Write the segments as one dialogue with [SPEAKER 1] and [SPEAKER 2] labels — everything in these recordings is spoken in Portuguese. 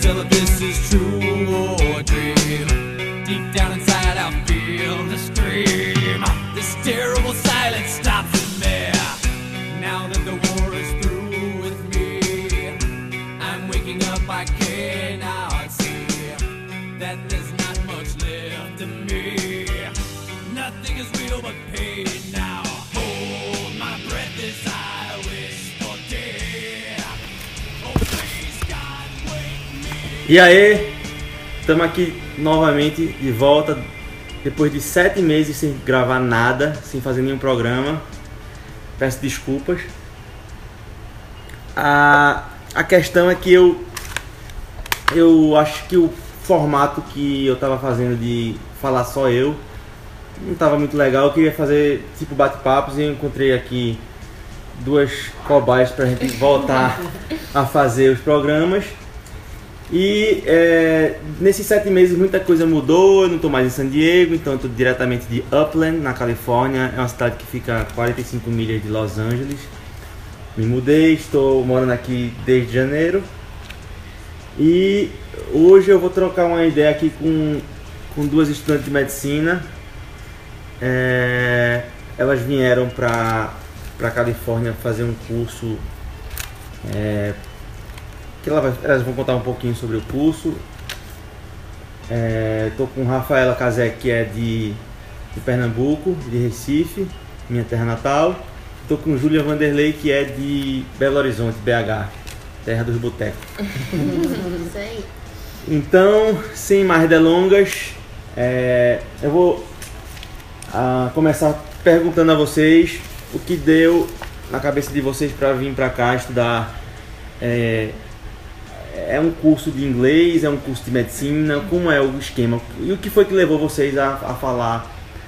[SPEAKER 1] tell if this is true or a dream. Deep down inside, I feel the scream. This terrible silence stops in me. Now that the war is through with me, I'm waking up. I cannot see that there's not much left of me. Nothing is real but pain now. Hold my breath as I wish for death. Oh, please, God, wake me.
[SPEAKER 2] E aí, estamos aqui novamente de volta depois de sete meses sem gravar nada, sem fazer nenhum programa. Peço desculpas. A, a questão é que eu eu acho que o formato que eu tava fazendo de falar só eu não tava muito legal. Eu queria fazer tipo bate-papos e eu encontrei aqui duas cobaias pra gente voltar a fazer os programas. E é, nesses sete meses muita coisa mudou, eu não estou mais em San Diego, então estou diretamente de Upland, na Califórnia. É uma cidade que fica a 45 milhas de Los Angeles. Me mudei, estou morando aqui desde janeiro. E hoje eu vou trocar uma ideia aqui com, com duas estudantes de medicina. É, elas vieram para a Califórnia fazer um curso é, que ela vai- elas vão contar um pouquinho sobre o curso. É, tô com Rafaela Cazé, que é de, de Pernambuco, de Recife, minha terra natal. Tô com Júlia Vanderlei, que é de Belo Horizonte, BH, terra dos botecos.
[SPEAKER 3] Isso aí.
[SPEAKER 2] Então, sem mais delongas, é, eu vou ah, começar perguntando a vocês o que deu na cabeça de vocês para vir para cá estudar. É, é um curso de inglês, é um curso de medicina, como é o esquema? E o que foi que levou vocês a, a falar,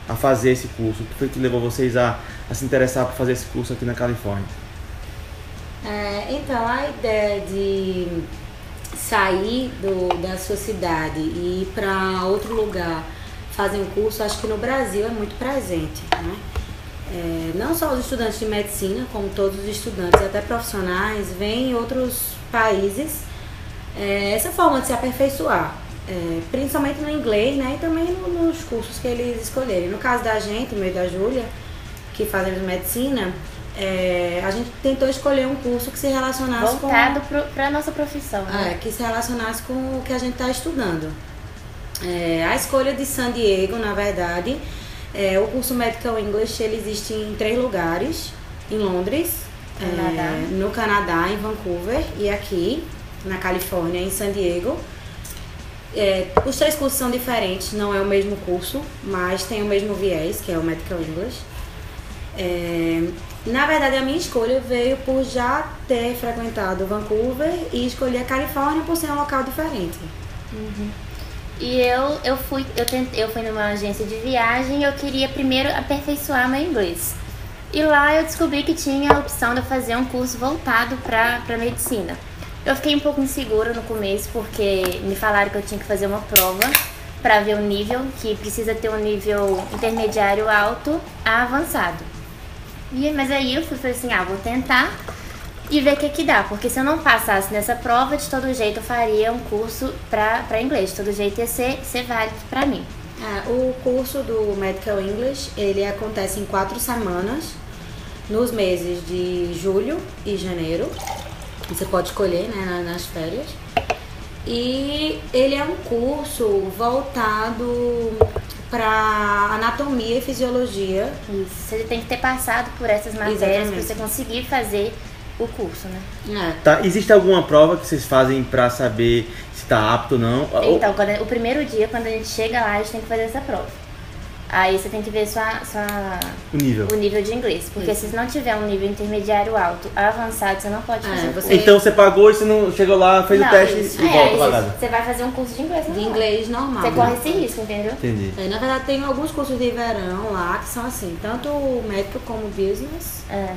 [SPEAKER 2] a fazer esse curso? O que foi que levou vocês a, a se interessar por fazer esse curso aqui na Califórnia?
[SPEAKER 3] É, então, a ideia de sair do, da sua cidade e ir para outro lugar fazer um curso, acho que no Brasil é muito presente. Né? É, não só os estudantes de medicina, como todos os estudantes, até profissionais, vêm em outros países é, essa forma de se aperfeiçoar, é, principalmente no inglês né, e também no- nos cursos que eles escolherem. No caso da gente, no meio da Júlia, que fazemos medicina, é, a gente tentou escolher um curso que se relacionasse com.
[SPEAKER 4] voltado pro, pra nossa profissão.
[SPEAKER 3] Ah, é,
[SPEAKER 4] Né?
[SPEAKER 3] que se relacionasse com o que a gente está estudando. É, a escolha de San Diego, na verdade, é, o curso Medical English ele existe em três lugares, em Londres,
[SPEAKER 4] Canadá.
[SPEAKER 3] é, no Canadá, em Vancouver e aqui na Califórnia, em San Diego. É, os três cursos são diferentes, não é o mesmo curso, mas tem o mesmo viés, que é o Medical English. É, na verdade, a minha escolha veio por já ter frequentado Vancouver e escolher a Califórnia por ser um local diferente.
[SPEAKER 4] E eu, eu fui, eu tentei, eu fui numa agência de viagem e eu queria primeiro aperfeiçoar meu inglês. E lá eu descobri que tinha a opção de eu fazer um curso voltado pra, pra medicina. Eu fiquei um pouco insegura no começo porque me falaram que eu tinha que fazer uma prova pra ver o nível, que precisa ter um nível intermediário alto a avançado. E, mas aí eu fui, falei assim, ah, vou tentar e ver o que que dá. Porque se eu não passasse nessa prova, de todo jeito eu faria um curso pra, pra inglês. De todo jeito ia ser, ser válido pra mim.
[SPEAKER 3] É, o curso do Medical English ele acontece em quatro semanas, nos meses de julho e janeiro. Você pode escolher né, na- nas férias. E ele é um curso voltado para anatomia e fisiologia.
[SPEAKER 4] Isso. Você tem que ter passado por essas matérias pra
[SPEAKER 3] Exatamente.
[SPEAKER 4] você conseguir fazer o curso, né?
[SPEAKER 3] né?
[SPEAKER 2] Tá, existe alguma prova que vocês fazem para saber se está apto ou não? Ou-
[SPEAKER 4] Então, quando- o primeiro dia, quando a gente chega lá, a gente tem que fazer essa prova. Aí você tem que ver sua, sua,
[SPEAKER 2] o nível?
[SPEAKER 4] o nível de inglês. Porque se não tiver um nível intermediário alto avançado, você não pode
[SPEAKER 3] Ah,
[SPEAKER 4] fazer o
[SPEAKER 3] você-
[SPEAKER 4] curso.
[SPEAKER 2] Então você pagou e você não chegou lá, fez
[SPEAKER 4] Não,
[SPEAKER 2] o teste
[SPEAKER 4] isso.
[SPEAKER 2] e
[SPEAKER 4] É,
[SPEAKER 2] volta
[SPEAKER 4] aí
[SPEAKER 2] pra
[SPEAKER 4] você-
[SPEAKER 2] casa.
[SPEAKER 4] Você vai fazer um curso de inglês, não
[SPEAKER 3] De
[SPEAKER 4] vai.
[SPEAKER 3] inglês normal.
[SPEAKER 4] Você
[SPEAKER 3] né?
[SPEAKER 4] corre esse risco, entendeu?
[SPEAKER 2] Entendi.
[SPEAKER 3] É, na verdade, tem alguns cursos de verão lá que são assim, tanto o médico como o business
[SPEAKER 4] É.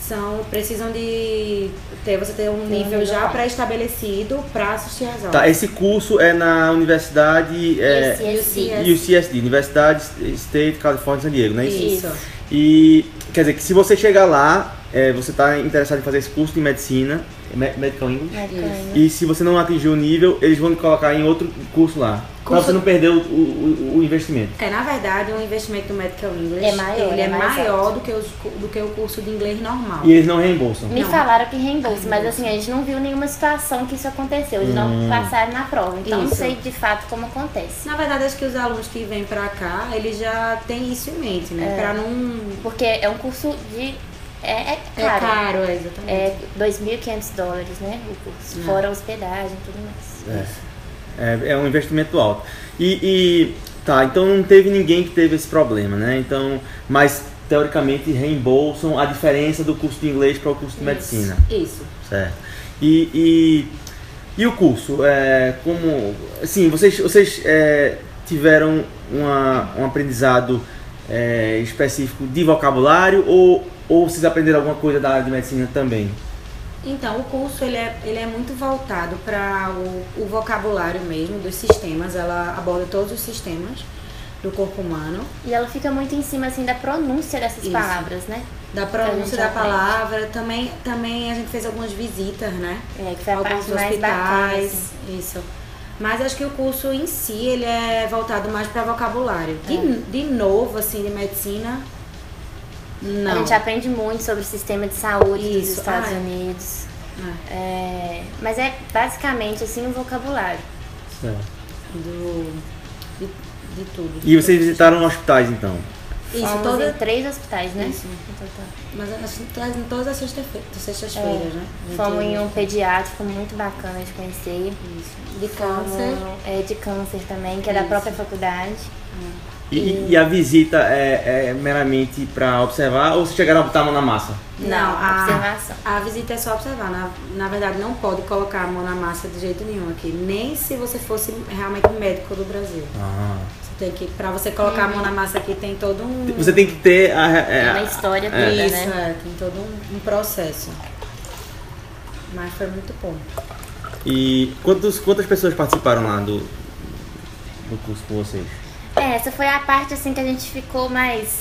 [SPEAKER 3] são precisam de ter você ter um nível
[SPEAKER 4] nível
[SPEAKER 3] já
[SPEAKER 4] alto.
[SPEAKER 3] pré estabelecido para assistir às aulas.
[SPEAKER 2] Tá, esse curso é na universidade é,
[SPEAKER 4] UCSD.
[SPEAKER 2] UCSD, Universidade State California San Diego, não é isso?
[SPEAKER 3] Isso.
[SPEAKER 2] E quer dizer que se você chegar lá, é, você está interessado em fazer esse curso de medicina, me- medical English,
[SPEAKER 4] Bacana.
[SPEAKER 2] e se você não atingir o nível, eles vão lhe colocar em outro curso lá. Pra
[SPEAKER 3] Curso-
[SPEAKER 2] você não perder o, o- o- o investimento.
[SPEAKER 3] É, na verdade, o investimento do Medical English
[SPEAKER 4] É maior,
[SPEAKER 3] ele é,
[SPEAKER 4] é mais
[SPEAKER 3] maior
[SPEAKER 4] alto.
[SPEAKER 3] do que, os cu- do que o curso de inglês normal.
[SPEAKER 2] E é- eles não reembolsam.
[SPEAKER 4] Me
[SPEAKER 3] Não.
[SPEAKER 4] falaram que reembolso, mas assim, a gente não viu nenhuma situação que isso aconteceu. Eles não passaram na prova. Então não
[SPEAKER 3] Isso.
[SPEAKER 4] sei de fato como acontece.
[SPEAKER 3] Na verdade, acho que os alunos que vêm pra cá, eles já têm isso em mente,
[SPEAKER 4] É.
[SPEAKER 3] né? Pra não.
[SPEAKER 4] Porque é um curso de. É, é
[SPEAKER 3] É
[SPEAKER 4] caro.
[SPEAKER 3] caro, é, exatamente.
[SPEAKER 4] É 2.500 dólares, né? O curso.
[SPEAKER 3] Ah.
[SPEAKER 4] Fora hospedagem e tudo mais.
[SPEAKER 2] É, é um investimento alto. E, e- tá, então não teve ninguém que teve esse problema, né? Então, mas teoricamente reembolsam a diferença do curso de inglês para o curso de medicina,
[SPEAKER 3] Isso.
[SPEAKER 2] certo? E, e, e o curso, é, como, assim, vocês, vocês é, tiveram uma, um aprendizado é, específico de vocabulário ou, ou vocês aprenderam alguma coisa da área de medicina também?
[SPEAKER 3] Então, o curso ele é, ele é muito voltado para o, o vocabulário mesmo dos sistemas. Ela aborda todos os sistemas do corpo humano,
[SPEAKER 4] E ela fica muito em cima, assim, da pronúncia dessas
[SPEAKER 3] Isso.
[SPEAKER 4] palavras, né?
[SPEAKER 3] da
[SPEAKER 4] gente
[SPEAKER 3] pronúncia da
[SPEAKER 4] aprende.
[SPEAKER 3] palavra. Também, também a gente fez algumas visitas, né?
[SPEAKER 4] É, que foi a
[SPEAKER 3] alguns
[SPEAKER 4] parte mais bacana, assim.
[SPEAKER 3] hospitais, isso. Mas acho que o curso em si, ele é voltado mais para vocabulário. De,
[SPEAKER 4] É.
[SPEAKER 3] de novo, assim, de medicina, não.
[SPEAKER 4] A gente aprende muito sobre o sistema de saúde dos
[SPEAKER 3] Isso,
[SPEAKER 4] Estados
[SPEAKER 3] ah, é.
[SPEAKER 4] Unidos.
[SPEAKER 3] É,
[SPEAKER 4] É, mas é basicamente assim o vocabulário.
[SPEAKER 2] Certo.
[SPEAKER 3] do, de, de tudo.
[SPEAKER 2] E vocês visitaram hospitais então?
[SPEAKER 3] Isso,
[SPEAKER 4] Fomos
[SPEAKER 3] toda,
[SPEAKER 4] em três hospitais, né?
[SPEAKER 3] Isso.
[SPEAKER 4] No total.
[SPEAKER 3] Mas assim, todas- em todas as sexta-fe- sextas-feiras, né?
[SPEAKER 4] Fomos
[SPEAKER 3] De-
[SPEAKER 4] É, em um pediátrico muito bacana de conhecer.
[SPEAKER 3] de câncer.
[SPEAKER 4] Fomos, é, de câncer também, que é da
[SPEAKER 3] Isso.
[SPEAKER 4] própria faculdade.
[SPEAKER 2] E, e a visita é, é meramente pra observar ou se chegaram a botar a mão na massa?
[SPEAKER 3] Não, a,
[SPEAKER 4] observação.
[SPEAKER 3] a visita é só observar. Na, na verdade, não pode colocar a mão na massa de jeito nenhum aqui. Nem se você fosse realmente médico do Brasil. Você tem que, pra você colocar a mão na
[SPEAKER 4] Uhum.
[SPEAKER 3] massa aqui, tem todo um.
[SPEAKER 2] Você tem que ter a, é,
[SPEAKER 4] Uma história toda,
[SPEAKER 2] é.
[SPEAKER 3] Isso,
[SPEAKER 4] né?
[SPEAKER 3] é, tem todo um, um processo. Mas foi muito bom.
[SPEAKER 2] E quantos, quantas pessoas participaram lá do, do curso com vocês?
[SPEAKER 4] É, essa foi a parte assim que a gente ficou mais.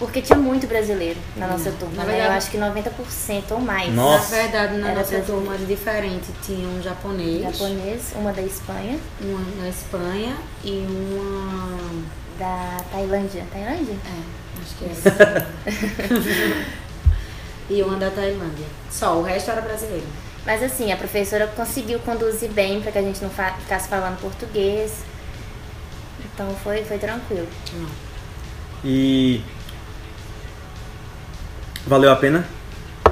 [SPEAKER 4] Porque tinha muito brasileiro na nossa turma,
[SPEAKER 3] Hum. Na
[SPEAKER 4] né? Eu
[SPEAKER 3] verdade-
[SPEAKER 4] acho que 90% ou mais.
[SPEAKER 2] Nossa.
[SPEAKER 3] Na verdade, na
[SPEAKER 4] Era
[SPEAKER 3] nossa
[SPEAKER 4] pra-
[SPEAKER 3] turma de diferente tinha um japonês,
[SPEAKER 4] Japonês, uma da Espanha,
[SPEAKER 3] uma da Espanha e uma.
[SPEAKER 4] da Tailândia. Tailândia?
[SPEAKER 3] É, acho que é essa. e uma da Tailândia. Só, o resto era brasileiro.
[SPEAKER 4] Mas assim, a professora conseguiu conduzir bem pra que a gente não fa- ficasse falando português. Então foi, foi tranquilo.
[SPEAKER 3] Não.
[SPEAKER 2] E. Valeu a pena?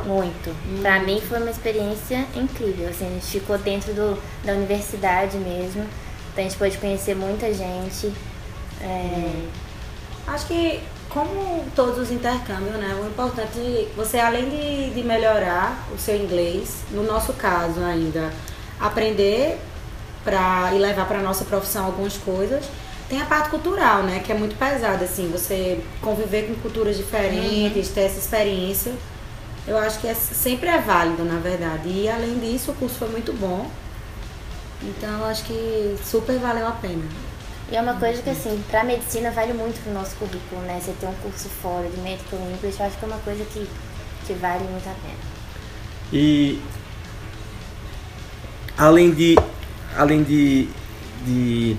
[SPEAKER 4] Muito.
[SPEAKER 3] Hum.
[SPEAKER 4] Pra mim foi uma experiência incrível. Assim, a gente ficou dentro do, da universidade mesmo. Então a gente pôde conhecer muita gente. É,
[SPEAKER 3] Acho que, como todos os intercâmbios, né, o importante é você, além de, de melhorar o seu inglês, no nosso caso ainda, aprender pra, e levar para nossa profissão algumas coisas, tem a parte cultural, né, que é muito pesada, assim, você conviver com culturas diferentes, ter essa experiência. Eu acho que é, sempre é válido, na verdade. E, além disso, o curso foi muito bom. Então, eu acho que super valeu a pena.
[SPEAKER 4] E é uma coisa que, assim, pra medicina vale muito pro nosso currículo, né? Você ter um curso fora de médico English, eu acho que é uma coisa que, que vale muito a pena.
[SPEAKER 2] E além de além de, de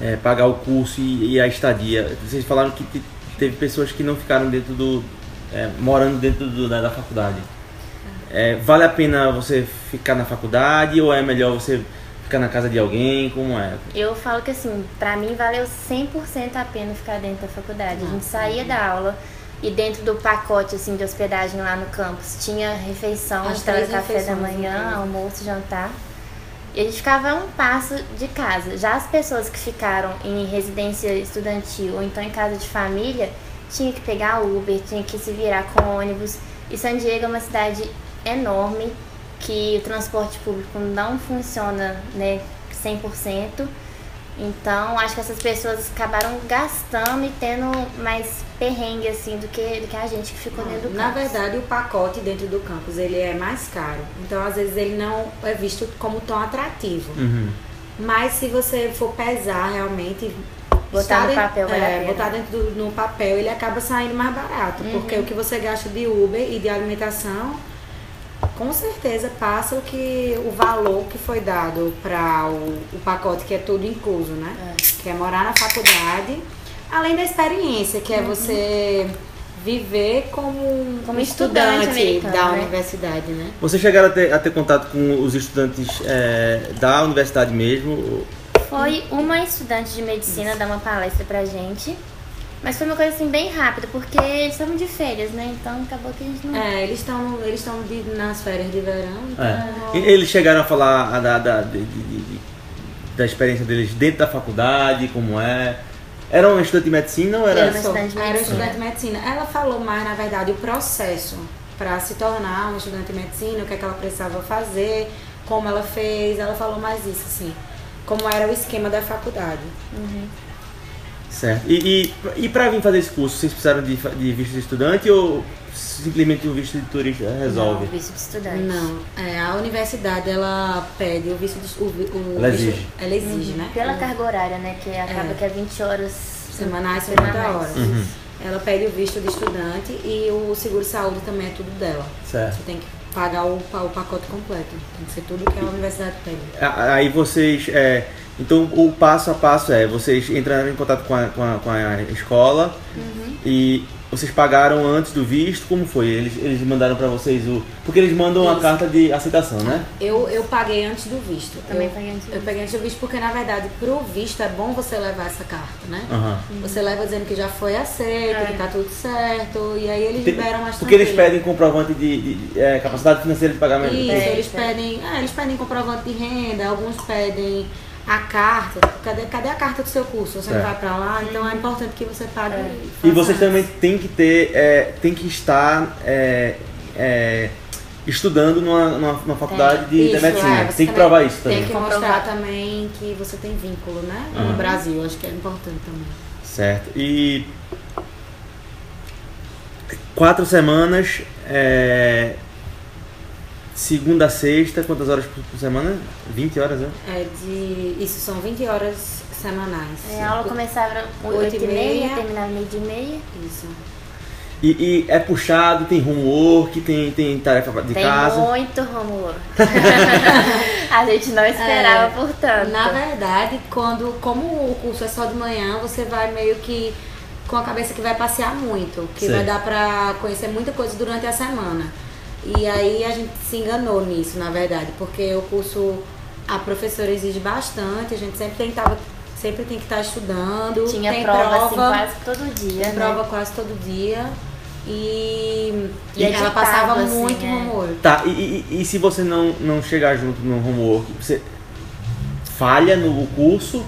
[SPEAKER 2] é, pagar o curso e, e a estadia, vocês falaram que te- teve pessoas que não ficaram dentro do é, morando dentro do- da, da faculdade. É, vale a pena você ficar na faculdade ou é melhor você ficar na casa de alguém? Como é?
[SPEAKER 4] Eu falo que, assim, pra mim valeu 100% a pena ficar dentro da faculdade. A gente saía da aula e dentro do pacote, assim, de hospedagem lá no campus tinha refeição,
[SPEAKER 3] As
[SPEAKER 4] então era
[SPEAKER 3] três
[SPEAKER 4] café da
[SPEAKER 3] refeições,
[SPEAKER 4] manhã,
[SPEAKER 3] inclusive.
[SPEAKER 4] almoço, jantar. E a gente ficava a um passo de casa. Já as pessoas que ficaram em residência estudantil ou então em casa de família, tinha que pegar Uber, tinha que se virar com ônibus. E San Diego é uma cidade enorme, que o transporte público não funciona né, 100%. Então, acho que essas pessoas acabaram gastando e tendo mais perrengue, assim, do que, do que a gente que ficou dentro do
[SPEAKER 3] Na
[SPEAKER 4] campus.
[SPEAKER 3] verdade, o pacote dentro do campus ele é mais caro. Então, às vezes, ele não é visto como tão atrativo. Mas se você for pesar realmente,
[SPEAKER 4] Botar no
[SPEAKER 3] dentro-
[SPEAKER 4] papel vale a
[SPEAKER 3] é,
[SPEAKER 4] pena. Uhum.
[SPEAKER 3] botar dentro do, no papel ele acaba saindo mais barato, porque o que você gasta de Uber e de alimentação, com certeza passa o que o valor que foi dado para o, o pacote que é tudo incluso, né? Que é morar na faculdade, além da experiência, que é você viver como, um
[SPEAKER 4] Uhum. Como estudante americano,
[SPEAKER 3] da
[SPEAKER 4] né?
[SPEAKER 3] universidade, né?
[SPEAKER 2] Vocês chegaram a ter, a ter contato com os estudantes é, da universidade mesmo?
[SPEAKER 4] Foi uma estudante de medicina dar uma palestra pra gente. Mas foi uma coisa assim bem rápida, porque eles estavam de férias, né? Então acabou que a gente não.
[SPEAKER 3] É, eles estão eles estão de- nas férias de verão, então
[SPEAKER 2] É. E- Eles chegaram a falar a da, da, de- de- de- da experiência deles dentro da faculdade, como é. Era um estudante de medicina ou
[SPEAKER 4] Era
[SPEAKER 2] era.
[SPEAKER 4] uma estudante de
[SPEAKER 3] Era
[SPEAKER 4] medicina.
[SPEAKER 3] um estudante de medicina. Ela falou mais, na verdade, o processo para se tornar uma estudante de medicina, o que, é que ela precisava fazer, como ela fez. Ela falou mais isso, assim. Como era o esquema da faculdade.
[SPEAKER 2] Certo. E, e, e pra vir fazer esse curso, vocês precisaram de, fa- de visto de estudante ou simplesmente o visto de turista resolve?
[SPEAKER 4] Não, um visto de estudante.
[SPEAKER 3] Não, é, a universidade, ela pede o visto de... O, vi- o
[SPEAKER 2] Ela
[SPEAKER 3] visto-
[SPEAKER 2] exige.
[SPEAKER 3] Ela exige, né?
[SPEAKER 4] Uhum. Pela carga horária, né? Que acaba
[SPEAKER 3] É.
[SPEAKER 4] que é 20 horas
[SPEAKER 3] Semanais, 50
[SPEAKER 4] semanais.
[SPEAKER 3] horas.
[SPEAKER 2] Uhum.
[SPEAKER 3] Ela pede o visto de estudante e o seguro-saúde também é tudo dela.
[SPEAKER 2] Certo.
[SPEAKER 3] Você tem que pagar o, pa- o pacote completo. Tem que ser tudo que a universidade pede.
[SPEAKER 2] A- Aí vocês. é, então o passo a passo é, vocês entraram em contato com a, com a, com a escola
[SPEAKER 4] Uhum.
[SPEAKER 2] e vocês pagaram antes do visto, como foi? Eles, eles mandaram pra vocês o. Porque eles mandam uma carta de aceitação, né?
[SPEAKER 3] Eu, eu paguei antes do visto.
[SPEAKER 4] Também
[SPEAKER 3] eu,
[SPEAKER 4] paguei antes do
[SPEAKER 3] Eu peguei antes do visto porque, na verdade, pro visto é bom você levar essa carta, né?
[SPEAKER 2] Aham.
[SPEAKER 3] Você leva dizendo que já foi aceito, que tá tudo certo, e aí eles
[SPEAKER 2] Tem-
[SPEAKER 3] liberam mais
[SPEAKER 2] Porque eles
[SPEAKER 3] tranquilo.
[SPEAKER 2] pedem comprovante de, de- de, é, capacidade financeira de pagamento.
[SPEAKER 3] Isso,
[SPEAKER 4] É,
[SPEAKER 3] eles
[SPEAKER 4] isso é.
[SPEAKER 3] pedem. Ah, eles pedem comprovante de renda, alguns pedem a carta. Cadê, cadê a carta do seu curso? Você
[SPEAKER 2] É.
[SPEAKER 3] não vai pra lá, então é importante que você pague.
[SPEAKER 2] E
[SPEAKER 3] faça
[SPEAKER 2] vocês
[SPEAKER 3] antes.
[SPEAKER 2] também têm que ter, é, tem que estar é, é, estudando numa, numa, numa faculdade de,
[SPEAKER 3] Isso,
[SPEAKER 2] da medicina.
[SPEAKER 3] é,
[SPEAKER 2] tem
[SPEAKER 3] você
[SPEAKER 2] que
[SPEAKER 3] também
[SPEAKER 2] provar isso também.
[SPEAKER 3] Tem que mostrar também que você tem vínculo, né?
[SPEAKER 2] Aham.
[SPEAKER 3] No Brasil, acho que é importante também.
[SPEAKER 2] Certo. E quatro semanas, é, segunda a sexta, quantas horas por por semana? 20 horas, né?
[SPEAKER 3] É de. Isso são 20 horas semanais.
[SPEAKER 4] É, A aula começava
[SPEAKER 3] Oito
[SPEAKER 4] 8
[SPEAKER 3] e
[SPEAKER 4] e meia,
[SPEAKER 3] meia.
[SPEAKER 4] terminava meio de meia.
[SPEAKER 3] Isso.
[SPEAKER 2] E, e é puxado, tem homework, tem, tem tarefa de
[SPEAKER 4] Tem
[SPEAKER 2] casa.
[SPEAKER 4] muito Romulo. a gente não esperava,
[SPEAKER 3] É,
[SPEAKER 4] portanto.
[SPEAKER 3] Na verdade, quando, como o curso é só de manhã, você vai meio que com a cabeça que vai passear muito, que
[SPEAKER 2] Sim.
[SPEAKER 3] vai dar pra conhecer muita coisa durante a semana. E aí a gente se enganou nisso, na verdade, porque o curso a professora exige bastante, a gente sempre tem que tava- sempre tem que estar estudando,
[SPEAKER 4] Tinha
[SPEAKER 3] tem
[SPEAKER 4] prova, assim, quase todo dia, né?
[SPEAKER 3] prova quase todo dia. E,
[SPEAKER 4] E
[SPEAKER 3] ela
[SPEAKER 4] editava,
[SPEAKER 3] passava
[SPEAKER 4] assim,
[SPEAKER 3] muito
[SPEAKER 4] é.
[SPEAKER 3] rumor.
[SPEAKER 2] Tá, e, e- e se você não, não chegar junto no homework, você falha no curso?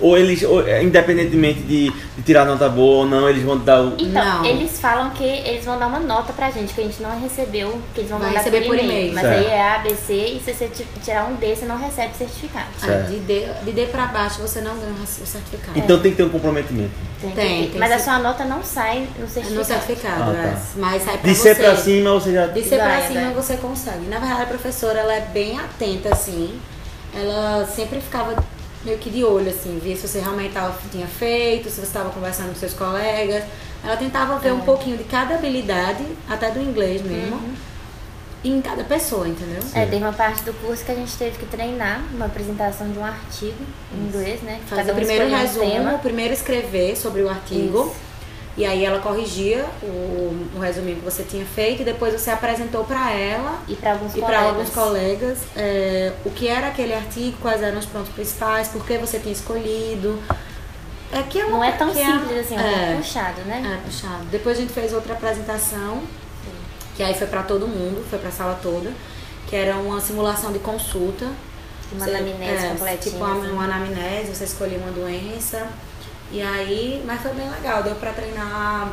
[SPEAKER 2] Ou eles, ou, é, independentemente de, de tirar nota boa ou não, eles vão te dar o.
[SPEAKER 4] Então,
[SPEAKER 3] Não.
[SPEAKER 4] eles falam que eles vão dar uma nota pra gente, que a gente não recebeu, que eles vão
[SPEAKER 3] Vai
[SPEAKER 4] mandar
[SPEAKER 3] receber
[SPEAKER 4] por
[SPEAKER 3] por
[SPEAKER 4] e-mail.
[SPEAKER 3] e-mail.
[SPEAKER 4] Mas
[SPEAKER 2] Certo.
[SPEAKER 4] aí é A, B, C, e se você ti- tirar um D, você não recebe certificado.
[SPEAKER 2] Certo.
[SPEAKER 3] Ah, De D, de D pra baixo você não ganha o certificado.
[SPEAKER 2] Então tem que ter um comprometimento.
[SPEAKER 3] Tem,
[SPEAKER 4] que-
[SPEAKER 3] tem
[SPEAKER 4] mas a
[SPEAKER 3] cer-
[SPEAKER 4] sua nota não sai no certificado.
[SPEAKER 3] É No certificado,
[SPEAKER 2] Ah, tá.
[SPEAKER 3] é. mas sai pra
[SPEAKER 2] De ser
[SPEAKER 3] você.
[SPEAKER 2] pra cima, você já.
[SPEAKER 3] De ser pra
[SPEAKER 4] Ganha,
[SPEAKER 3] cima
[SPEAKER 4] ganha.
[SPEAKER 3] você consegue. Na verdade, a professora ela é bem atenta, assim. Ela sempre ficava meio que de olho, assim, via se você realmente tava, tinha feito, se você estava conversando com seus colegas. Ela tentava ver um pouquinho de cada habilidade, até do inglês mesmo, em cada pessoa, entendeu?
[SPEAKER 4] É, teve uma parte do curso que a gente teve que treinar uma apresentação de um artigo em inglês, né? Que
[SPEAKER 3] Fazer
[SPEAKER 4] cada
[SPEAKER 3] o
[SPEAKER 4] um
[SPEAKER 3] primeiro
[SPEAKER 4] escolhia um
[SPEAKER 3] resumo, né?
[SPEAKER 4] tema.
[SPEAKER 3] o primeiro escrever sobre o artigo. E aí ela corrigia o, o resuminho que você tinha feito e depois você apresentou pra ela
[SPEAKER 4] E pra alguns
[SPEAKER 3] E para
[SPEAKER 4] colegas.
[SPEAKER 3] alguns colegas, é, o que era aquele artigo, quais eram os pontos principais, por que você tinha escolhido. É que é uma-
[SPEAKER 4] Não é tão
[SPEAKER 3] que
[SPEAKER 4] simples assim, é um pouco
[SPEAKER 3] é,
[SPEAKER 4] puxado, né?
[SPEAKER 3] é, puxado. Depois a gente fez outra apresentação, que aí foi para todo mundo, foi para a sala toda, que era uma simulação de consulta.
[SPEAKER 4] Uma
[SPEAKER 3] Você-
[SPEAKER 4] anamnese completinha,
[SPEAKER 3] Tipo uma,
[SPEAKER 4] assim.
[SPEAKER 3] uma anamnese, você escolhia uma doença. E aí, mas foi bem legal, deu para treinar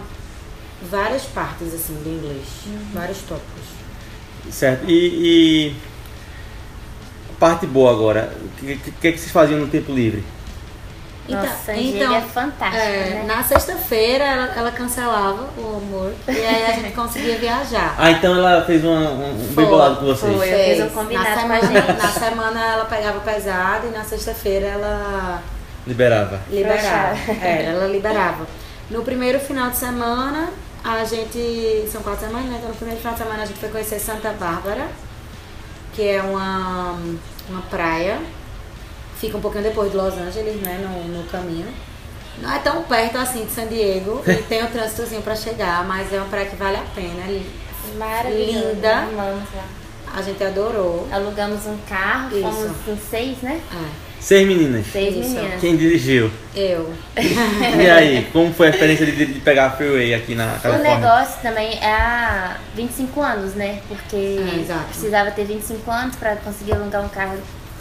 [SPEAKER 3] várias partes assim do inglês,
[SPEAKER 4] Uhum.
[SPEAKER 3] vários tópicos.
[SPEAKER 2] Certo. E. e- Parte boa agora. O que, que, que vocês faziam no tempo livre?
[SPEAKER 4] Nossa, a Angélica é fantástica, né?
[SPEAKER 3] Então, Na sexta-feira ela, ela cancelava o amor e aí a gente conseguia viajar.
[SPEAKER 2] Ah, então ela fez uma, um, um
[SPEAKER 3] Foi,
[SPEAKER 2] bem bolado com vocês.
[SPEAKER 4] foi. Eu fiz um
[SPEAKER 3] Fez.
[SPEAKER 4] combinado
[SPEAKER 3] na
[SPEAKER 4] com a
[SPEAKER 3] semana,
[SPEAKER 4] gente.
[SPEAKER 3] Na semana ela pegava pesado e na sexta-feira ela
[SPEAKER 2] Liberava.
[SPEAKER 3] Liberava.
[SPEAKER 4] Relaxava.
[SPEAKER 3] Era, ela liberava. No primeiro final de semana, a gente. São quatro semanas, né? Então no primeiro final de semana a gente foi conhecer Santa Bárbara, que é uma, uma praia. Fica um pouquinho depois de Los Angeles, né? No, no caminho. Não é tão perto assim de San Diego. e tem um trânsitozinho pra chegar, mas é uma praia que vale a pena.
[SPEAKER 4] Maravilhosa.
[SPEAKER 3] É. Linda.
[SPEAKER 4] Amamos lá.
[SPEAKER 3] A gente adorou.
[SPEAKER 4] Alugamos um carro,
[SPEAKER 3] Isso.
[SPEAKER 4] fomos em seis, né?
[SPEAKER 3] É,
[SPEAKER 2] Seis meninas.
[SPEAKER 4] Seis
[SPEAKER 3] Isso.
[SPEAKER 4] meninas.
[SPEAKER 2] Quem dirigiu?
[SPEAKER 3] É, eu.
[SPEAKER 2] E aí, como foi a experiência de, de pegar a freeway aqui na
[SPEAKER 4] O
[SPEAKER 2] Califórnia?
[SPEAKER 4] negócio também é há 25 anos, né? Porque
[SPEAKER 3] Ah, exato.
[SPEAKER 4] precisava ter 25 anos pra conseguir alugar um carro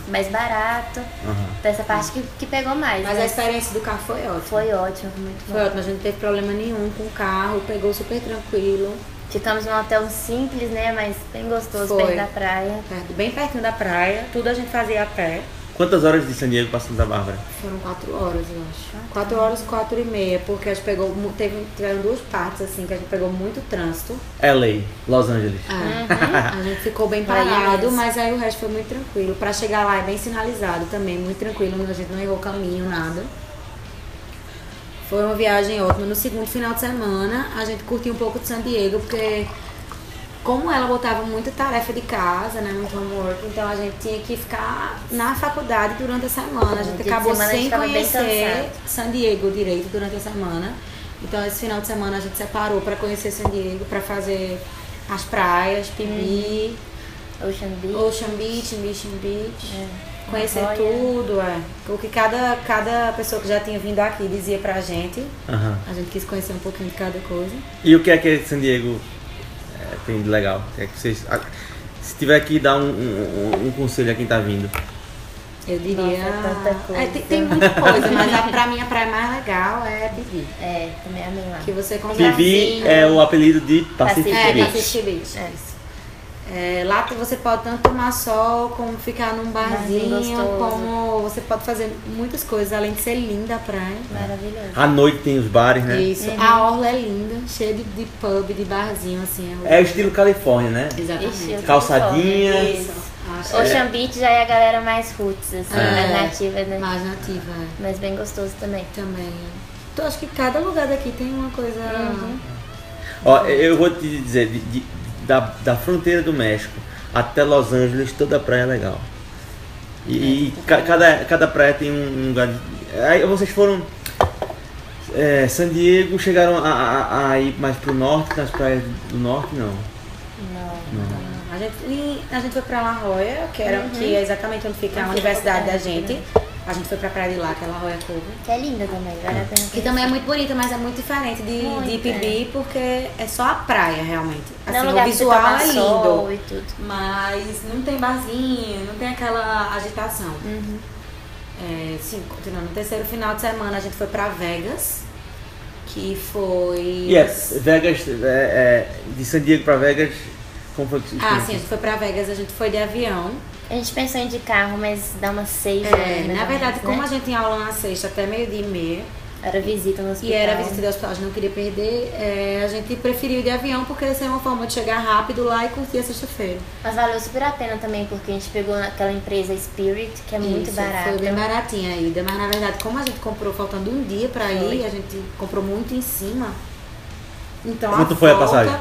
[SPEAKER 4] mais barato.
[SPEAKER 2] Aham.
[SPEAKER 4] Então essa parte que, que pegou mais.
[SPEAKER 3] Mas a
[SPEAKER 4] né?
[SPEAKER 3] experiência do carro foi ótima.
[SPEAKER 4] Foi ótimo, foi muito bom.
[SPEAKER 3] Foi ótimo, a gente não teve problema nenhum com o carro, pegou super tranquilo,
[SPEAKER 4] Ficamos num hotel simples, né? Mas bem gostoso,
[SPEAKER 3] Foi.
[SPEAKER 4] perto da praia.
[SPEAKER 3] perto- bem pertinho da praia, tudo a gente fazia a pé.
[SPEAKER 2] Quantas horas de San Diego pra Santa Bárbara?
[SPEAKER 3] Foram quatro horas, eu acho. Quatro horas, quatro e meia, porque a gente pegou, mu- teve, tiveram duas partes assim, que a gente pegou muito trânsito.
[SPEAKER 2] LA, Los Angeles.
[SPEAKER 3] É. A gente ficou bem
[SPEAKER 4] Bahia
[SPEAKER 3] parado,
[SPEAKER 4] mesmo.
[SPEAKER 3] mas aí o resto foi muito tranquilo. Pra chegar lá é bem sinalizado também, muito tranquilo, a gente não errou caminho, nada. Foi uma viagem ótima. No segundo final de semana, a gente curtiu um pouco de San Diego, porque como ela botava muita tarefa de casa, né, muito homework, então a gente tinha que ficar na faculdade durante a semana. A
[SPEAKER 4] No
[SPEAKER 3] gente
[SPEAKER 4] dia de
[SPEAKER 3] acabou
[SPEAKER 4] semana a gente
[SPEAKER 3] sem
[SPEAKER 4] tava bem
[SPEAKER 3] conhecer
[SPEAKER 4] cansado.
[SPEAKER 3] San Diego direito durante a semana. Então esse final de semana a gente separou pra conhecer San Diego, pra fazer as praias, Pibi,
[SPEAKER 4] Ocean Beach.
[SPEAKER 3] Ocean Beach, Mission Beach.
[SPEAKER 4] Uhum. É.
[SPEAKER 3] Conhecer
[SPEAKER 4] Nagoya.
[SPEAKER 3] tudo, é. O que cada, cada pessoa que já tinha vindo aqui dizia pra gente.
[SPEAKER 2] Aham.
[SPEAKER 3] A gente quis conhecer um pouquinho de cada coisa.
[SPEAKER 2] E o que é que San Diego é, tem de legal? O que é que vocês- a- se tiver que dar um, um- um- um conselho a quem tá vindo.
[SPEAKER 3] Eu diria.
[SPEAKER 4] Nossa, é tanta coisa.
[SPEAKER 3] É, tem, tem muita coisa, mas a, pra mim a praia mais legal é Bibi.
[SPEAKER 4] É, também amei lá.
[SPEAKER 3] Que você consegue.
[SPEAKER 2] Pibi é o apelido de Pacific
[SPEAKER 3] É,
[SPEAKER 2] Beach.
[SPEAKER 3] Pacific Beach.
[SPEAKER 4] É.
[SPEAKER 3] É, lá que você pode tanto tomar sol, como ficar num
[SPEAKER 4] Barzinho
[SPEAKER 3] barzinho,
[SPEAKER 4] é gostoso.
[SPEAKER 3] como você pode fazer muitas coisas, além de ser linda a praia.
[SPEAKER 4] Maravilhoso.
[SPEAKER 2] À noite tem os bares, né?
[SPEAKER 3] Isso. A orla é linda, cheia de, de pub, de barzinho, assim.
[SPEAKER 2] É o estilo Califórnia, né?
[SPEAKER 4] Ixi, eu
[SPEAKER 3] Exatamente.
[SPEAKER 4] tô
[SPEAKER 2] Calçadinha.
[SPEAKER 4] fome.
[SPEAKER 3] Isso. Acho
[SPEAKER 4] Ocean Beach já é a galera mais roots, assim,
[SPEAKER 3] É.
[SPEAKER 4] mais nativa,
[SPEAKER 3] que é
[SPEAKER 4] né?
[SPEAKER 3] mais nativa é.
[SPEAKER 4] Mas bem gostoso também.
[SPEAKER 3] também. Então acho que cada lugar daqui tem uma coisa.
[SPEAKER 4] Uhum.
[SPEAKER 2] Ó, eu vou te dizer, de- de- da, da fronteira do México até Los Angeles, toda praia é legal. E,
[SPEAKER 4] É.
[SPEAKER 2] e ca- cada, cada praia tem um um lugar. de- Aí vocês foram. É, San Diego, chegaram a, a- a ir mais pro norte, nas praias do norte, não.
[SPEAKER 4] Não.
[SPEAKER 2] Não.
[SPEAKER 3] A gente, e a gente foi pra La Jolla, que, era, que é exatamente onde fica a
[SPEAKER 4] Aqui,
[SPEAKER 3] universidade da
[SPEAKER 4] né?
[SPEAKER 3] gente. A gente foi pra praia de lá, que é La Jolla Cove.
[SPEAKER 4] Que é linda também, vale a pena.
[SPEAKER 3] Que
[SPEAKER 4] conhecer.
[SPEAKER 3] também é muito bonita, mas é muito diferente de,
[SPEAKER 4] Muito,
[SPEAKER 3] de Pibi, porque é só a praia, realmente.
[SPEAKER 4] Não é um
[SPEAKER 3] Assim, o
[SPEAKER 4] lugar pra você
[SPEAKER 3] visual
[SPEAKER 4] tomar
[SPEAKER 3] é
[SPEAKER 4] sol
[SPEAKER 3] lindo.
[SPEAKER 4] e tudo.
[SPEAKER 3] Mas não tem barzinho, não tem aquela agitação.
[SPEAKER 4] Uhum.
[SPEAKER 3] É, sim, continuando. No terceiro final de semana a gente foi pra Vegas, que foi.
[SPEAKER 2] E é, Vegas, é- é, de San Diego pra Vegas, como foi que
[SPEAKER 3] Ah, sim, a gente foi pra Vegas, a gente foi de avião.
[SPEAKER 4] A gente pensou em de carro, mas dá umas seis
[SPEAKER 3] É,
[SPEAKER 4] horas, mais
[SPEAKER 3] na
[SPEAKER 4] ou
[SPEAKER 3] verdade,
[SPEAKER 4] menos,
[SPEAKER 3] como
[SPEAKER 4] né?
[SPEAKER 3] a gente tinha aula na sexta até meio-dia e meia,
[SPEAKER 4] Era visita no hospital.
[SPEAKER 3] e era visita de hospital, a gente não queria perder, é, a gente preferiu ir de avião porque essa é uma forma de chegar rápido lá e curtir a sexta-feira.
[SPEAKER 4] Mas valeu super a pena também, porque a gente pegou aquela empresa Spirit, que é muito
[SPEAKER 3] Isso,
[SPEAKER 4] barata.
[SPEAKER 3] Foi bem baratinha a ida, mas na verdade, como a gente comprou faltando um dia pra ir, a gente comprou muito em cima. Então,
[SPEAKER 2] Quanto
[SPEAKER 3] a
[SPEAKER 2] foi a
[SPEAKER 3] volta
[SPEAKER 2] passagem?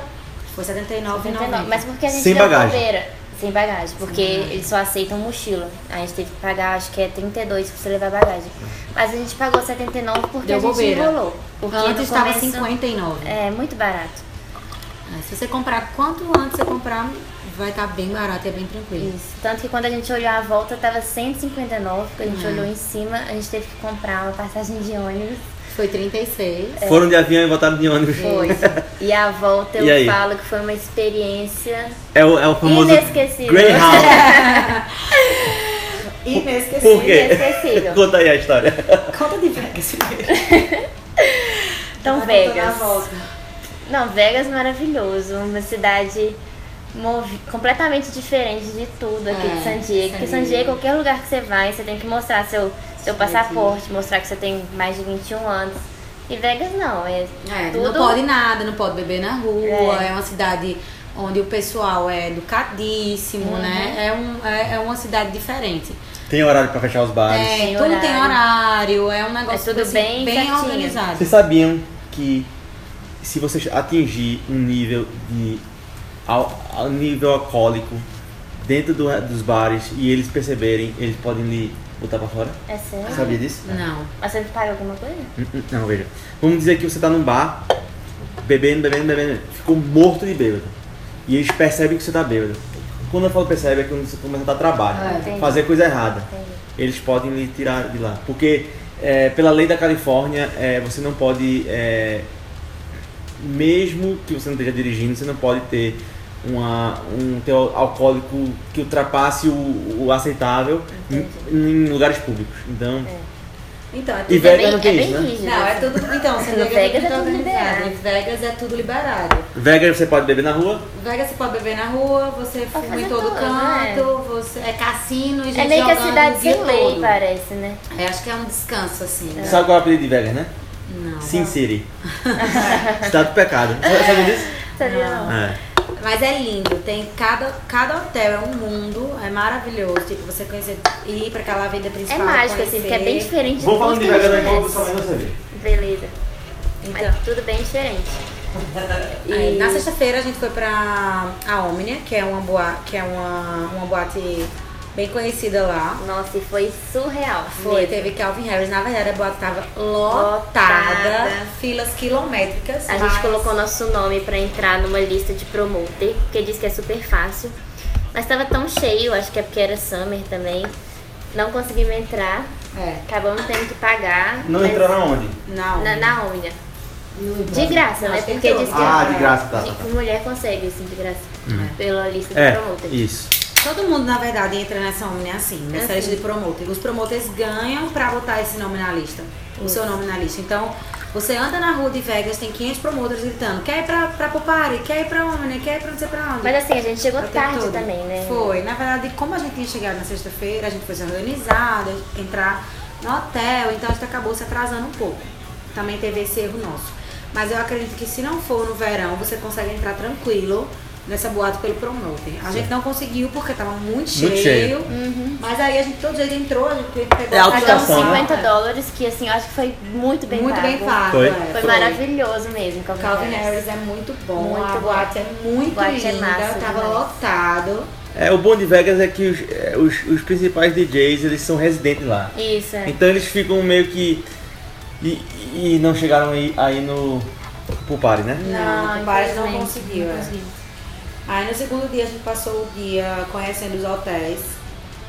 [SPEAKER 3] Foi R$ 79,90.
[SPEAKER 4] 79, Mas porque a gente
[SPEAKER 2] Sem
[SPEAKER 4] deu
[SPEAKER 2] bagagem.
[SPEAKER 4] bobeira. Sem bagagem, porque eles só aceitam mochila. A gente teve que pagar, acho que é 32 pra você levar bagagem. Mas a gente pagou 79 porque
[SPEAKER 3] Deu
[SPEAKER 4] a gente
[SPEAKER 3] bobeira.
[SPEAKER 4] enrolou. Porque
[SPEAKER 3] Antes
[SPEAKER 4] no
[SPEAKER 3] estava
[SPEAKER 4] começo-
[SPEAKER 3] 59.
[SPEAKER 4] É, muito barato.
[SPEAKER 3] Ah, Se você comprar quanto antes você comprar, vai estar bem barato, é bem tranquilo.
[SPEAKER 4] Isso. Tanto que quando a gente olhou a volta, tava 159. Quando a gente olhou em cima, a gente teve que comprar uma passagem de ônibus.
[SPEAKER 3] Foi 36.
[SPEAKER 2] Foram de avião e voltaram de ônibus.
[SPEAKER 4] Foi. e a volta
[SPEAKER 2] E
[SPEAKER 4] eu
[SPEAKER 2] aí?
[SPEAKER 4] falo que foi uma experiência
[SPEAKER 2] É o, é o famoso
[SPEAKER 4] Inesquecível.
[SPEAKER 2] Greyhound.
[SPEAKER 3] Inesquecível.
[SPEAKER 2] Por quê?
[SPEAKER 4] Inesquecível.
[SPEAKER 2] Conta aí a história.
[SPEAKER 3] Conta de Vegas.
[SPEAKER 4] tão Então, Vegas. Não, Vegas é maravilhoso, uma cidade movi- completamente diferente de tudo aqui
[SPEAKER 3] É,
[SPEAKER 4] de San Diego. Porque
[SPEAKER 3] San
[SPEAKER 4] San Diego,
[SPEAKER 3] Diego.
[SPEAKER 4] qualquer lugar que você vai, você tem que mostrar seu, seu passaporte, mostrar que você tem mais de 21 anos. E Vegas não, é,
[SPEAKER 3] É,
[SPEAKER 4] tudo
[SPEAKER 3] Não pode nada, não pode beber na rua,
[SPEAKER 4] É.
[SPEAKER 3] é, uma cidade onde o pessoal é educadíssimo,
[SPEAKER 4] Uhum.
[SPEAKER 3] né? É, um, é, é uma cidade diferente.
[SPEAKER 2] Tem horário pra fechar os bares.
[SPEAKER 3] É,
[SPEAKER 4] Tem
[SPEAKER 3] tudo tem
[SPEAKER 4] Tá horário.
[SPEAKER 3] horário, é um negócio
[SPEAKER 4] tudo
[SPEAKER 3] assim,
[SPEAKER 4] bem certinho.
[SPEAKER 3] organizado.
[SPEAKER 2] Vocês sabiam que se você atingir um nível de al- al- nível alcoólico dentro do- dos bares e eles perceberem, eles podem lhe botar pra fora?
[SPEAKER 4] É sério?
[SPEAKER 2] Sabia disso?
[SPEAKER 3] Não.
[SPEAKER 4] Mas você paga alguma coisa?
[SPEAKER 2] Hum, hum, Não, veja. Vamos dizer que você tá num bar, bebendo, bebendo, bebendo, ficou morto de bêbado. E eles percebem que você tá bêbado. Quando eu falo percebe, é quando você começa a dar
[SPEAKER 4] Ah,
[SPEAKER 2] trabalho,
[SPEAKER 4] entendi.
[SPEAKER 2] fazer coisa errada.
[SPEAKER 4] Entendi.
[SPEAKER 2] Eles podem lhe tirar de lá. Porque, é, pela lei da Califórnia, é, você não pode, é, mesmo que você não esteja dirigindo, você não pode ter uma, um teu alcoólico que ultrapasse o, o aceitável em, em lugares públicos. Então,
[SPEAKER 3] Então, é tudo
[SPEAKER 2] E
[SPEAKER 4] É
[SPEAKER 2] Vegas
[SPEAKER 4] bem,
[SPEAKER 2] não
[SPEAKER 4] é
[SPEAKER 2] tem
[SPEAKER 4] bem
[SPEAKER 2] isso, né?
[SPEAKER 4] rígido.
[SPEAKER 3] Não, é
[SPEAKER 4] assim.
[SPEAKER 3] tudo. Então, San
[SPEAKER 4] No
[SPEAKER 3] Diego
[SPEAKER 4] Vegas é
[SPEAKER 3] tudo organizado.
[SPEAKER 4] tudo liberado.
[SPEAKER 3] Em Vegas é tudo liberado.
[SPEAKER 2] Vegas você pode beber na rua,
[SPEAKER 3] Vegas você pode beber na rua, você
[SPEAKER 4] Pode
[SPEAKER 3] fuma em
[SPEAKER 4] fazer
[SPEAKER 3] todo
[SPEAKER 4] tudo, né?
[SPEAKER 3] canto, você é cassino e gente
[SPEAKER 4] É meio que a
[SPEAKER 3] jogando
[SPEAKER 4] cidade
[SPEAKER 3] o dia
[SPEAKER 4] sem lei,
[SPEAKER 3] todo.
[SPEAKER 4] parece, né?
[SPEAKER 3] É, acho que é um descanso, assim. né?
[SPEAKER 2] Sabe qual é o apelido de Vegas, né?
[SPEAKER 3] Não.
[SPEAKER 2] Sin City. Cidade do pecado. Sabe disso?
[SPEAKER 4] Sabia não.
[SPEAKER 2] É.
[SPEAKER 3] Mas é lindo, tem cada, cada hotel é um mundo, é maravilhoso. Tipo, você conhecer, ir pra aquela avenida
[SPEAKER 4] É
[SPEAKER 3] principal.
[SPEAKER 4] mágico, assim, porque é bem
[SPEAKER 3] conhecer.
[SPEAKER 4] diferente
[SPEAKER 2] Vou falando
[SPEAKER 4] tudo
[SPEAKER 2] de
[SPEAKER 4] que a
[SPEAKER 2] Vegas
[SPEAKER 4] gente
[SPEAKER 2] daqui a pouco, eu
[SPEAKER 4] conhece.
[SPEAKER 2] só vendo você ver.
[SPEAKER 4] Beleza.
[SPEAKER 3] Então,
[SPEAKER 4] É tudo bem diferente.
[SPEAKER 3] Aí, na sexta-feira a gente foi pra a Omnia, que é uma boate, que é uma, uma boate bem conhecida lá.
[SPEAKER 4] Nossa, e foi surreal.
[SPEAKER 3] Foi,
[SPEAKER 4] mesmo.
[SPEAKER 3] teve Calvin Harris, na verdade a boate tava lotada,
[SPEAKER 4] Lotada.
[SPEAKER 3] filas quilométricas.
[SPEAKER 4] A
[SPEAKER 3] mas-
[SPEAKER 4] gente colocou nosso nome pra entrar numa lista de promoter, porque diz que é super fácil. Mas tava tão cheio, acho que é porque era summer também. Não conseguimos entrar,
[SPEAKER 3] É,
[SPEAKER 4] acabamos tendo que pagar.
[SPEAKER 2] Não
[SPEAKER 4] mas-
[SPEAKER 2] entraram aonde?
[SPEAKER 3] na
[SPEAKER 4] Na,
[SPEAKER 3] Omnia.
[SPEAKER 4] na Omnia.
[SPEAKER 3] No-
[SPEAKER 4] De graça,
[SPEAKER 3] Não,
[SPEAKER 4] né?
[SPEAKER 3] acho que
[SPEAKER 4] Porque
[SPEAKER 3] entrou.
[SPEAKER 4] diz que Tipo,
[SPEAKER 2] Ah, de graça, tá, tá, tá.
[SPEAKER 4] mulher consegue, assim, de graça. Pela lista de
[SPEAKER 2] É,
[SPEAKER 4] promoter.
[SPEAKER 2] isso.
[SPEAKER 3] Todo mundo, na verdade, entra nessa Omnia assim, nessa
[SPEAKER 4] Assim.
[SPEAKER 3] lista de promoter. Os promoters ganham pra botar esse nome na lista, o seu nome na lista. Então, você anda na rua de Vegas, tem 500 promoters gritando, quer ir pra, pra Popari, quer ir pra Omnia, quer ir pra não sei pra onde.
[SPEAKER 4] Mas assim, a gente chegou
[SPEAKER 3] O tempo
[SPEAKER 4] tarde
[SPEAKER 3] todo.
[SPEAKER 4] também, né?
[SPEAKER 3] Foi. Na verdade, como a gente tinha chegado na sexta-feira, a gente foi se organizada, entrar no hotel, então a gente acabou se atrasando um pouco. Também teve esse erro nosso. Mas eu acredito que se não for no verão, você consegue entrar tranquilo nessa boate pelo promoter. A gente não conseguiu porque tava muito cheio. Uhum.
[SPEAKER 2] cheio.
[SPEAKER 3] Mas aí a gente todo jeito entrou, a gente pegou
[SPEAKER 2] É
[SPEAKER 3] a
[SPEAKER 4] Pagamos
[SPEAKER 2] Situação, né?
[SPEAKER 4] 50 dólares, que assim, eu acho que foi muito bem
[SPEAKER 3] Muito
[SPEAKER 4] pago.
[SPEAKER 3] bem pago.
[SPEAKER 2] Foi.
[SPEAKER 3] é,
[SPEAKER 4] Foi maravilhoso mesmo, Calvin,
[SPEAKER 3] Calvin
[SPEAKER 4] Harris.
[SPEAKER 3] Harris é muito bom,
[SPEAKER 4] Muito
[SPEAKER 3] a
[SPEAKER 4] bom.
[SPEAKER 3] boate é muito
[SPEAKER 4] Boate é
[SPEAKER 3] linda,
[SPEAKER 4] massa
[SPEAKER 3] tava
[SPEAKER 4] demais.
[SPEAKER 3] lotado.
[SPEAKER 2] É, o bom de Vegas é que os, é, os, os principais DJs eles são residentes lá.
[SPEAKER 4] Isso, é.
[SPEAKER 2] Então eles ficam meio que. E, e não chegaram aí, aí no. pro party, né?
[SPEAKER 3] Não, o Paris não
[SPEAKER 4] Ah, infelizmente,
[SPEAKER 3] conseguiu.
[SPEAKER 4] não
[SPEAKER 3] é.
[SPEAKER 4] conseguiu.
[SPEAKER 3] Aí no segundo dia a gente passou o dia conhecendo os hotéis.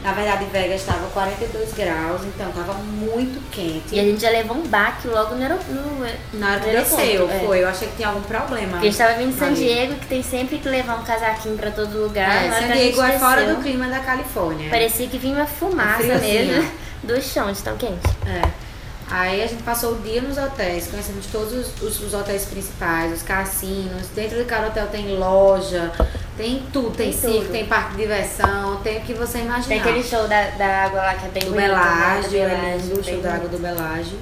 [SPEAKER 3] Na verdade, Vegas estava 42 graus, então estava muito quente.
[SPEAKER 4] E a gente já levou um baque logo no aeroporto.
[SPEAKER 3] Na hora que
[SPEAKER 4] Primeiro
[SPEAKER 3] desceu,
[SPEAKER 4] ponto, é.
[SPEAKER 3] foi. Eu achei que tinha algum problema.
[SPEAKER 4] Porque a gente tava vindo de San
[SPEAKER 3] ali.
[SPEAKER 4] Diego, que tem sempre que levar um casaquinho pra todo lugar.
[SPEAKER 3] É,
[SPEAKER 4] Na
[SPEAKER 3] San
[SPEAKER 4] hora que a gente
[SPEAKER 3] Diego é fora
[SPEAKER 4] desceu,
[SPEAKER 3] do clima da Califórnia.
[SPEAKER 4] Parecia que vinha uma fumaça
[SPEAKER 3] Friozinho.
[SPEAKER 4] mesmo do chão de tão quente.
[SPEAKER 3] É. Aí a gente passou o dia nos hotéis, conhecemos todos os, os- os hotéis principais, os cassinos. Dentro de cada hotel tem loja, tem tudo. Tem,
[SPEAKER 4] Tem
[SPEAKER 3] circo,
[SPEAKER 4] tudo.
[SPEAKER 3] tem parque de diversão, tem o que você imaginar.
[SPEAKER 4] Tem aquele show da, da água lá que é bem
[SPEAKER 3] do
[SPEAKER 4] bonito, né?
[SPEAKER 3] Belágio, é
[SPEAKER 4] Belágio,
[SPEAKER 3] lindo, o
[SPEAKER 4] bem
[SPEAKER 3] show da água
[SPEAKER 4] bonito.
[SPEAKER 3] do Belágio.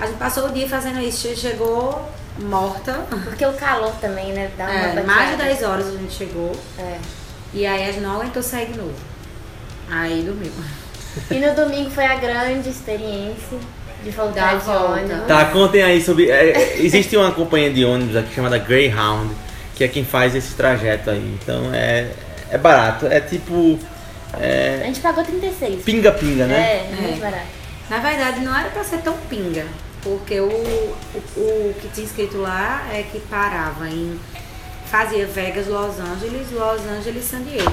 [SPEAKER 3] A gente passou o dia fazendo isso, che- chegou morta.
[SPEAKER 4] Porque o calor também, né? Dá uma
[SPEAKER 3] É,
[SPEAKER 4] baqueada.
[SPEAKER 3] mais de 10 horas a gente chegou.
[SPEAKER 4] É.
[SPEAKER 3] E aí a gente não aguentou sair de novo. Aí dormiu.
[SPEAKER 4] E no domingo foi a grande experiência de
[SPEAKER 3] Dar a
[SPEAKER 4] voltar de
[SPEAKER 3] volta.
[SPEAKER 4] ônibus.
[SPEAKER 2] Tá, contem aí sobre. é, é, existe uma companhia de ônibus aqui chamada Greyhound, que é quem faz esse trajeto aí. Então é, é barato. É tipo. é,
[SPEAKER 4] A gente pagou 36.
[SPEAKER 2] pinga-pinga, né?
[SPEAKER 4] É, muito barato.
[SPEAKER 3] Na verdade, não era pra ser tão pinga, porque o, o, o que tinha escrito lá é que parava em. fazia Vegas, Los Angeles, Los Angeles, San Diego.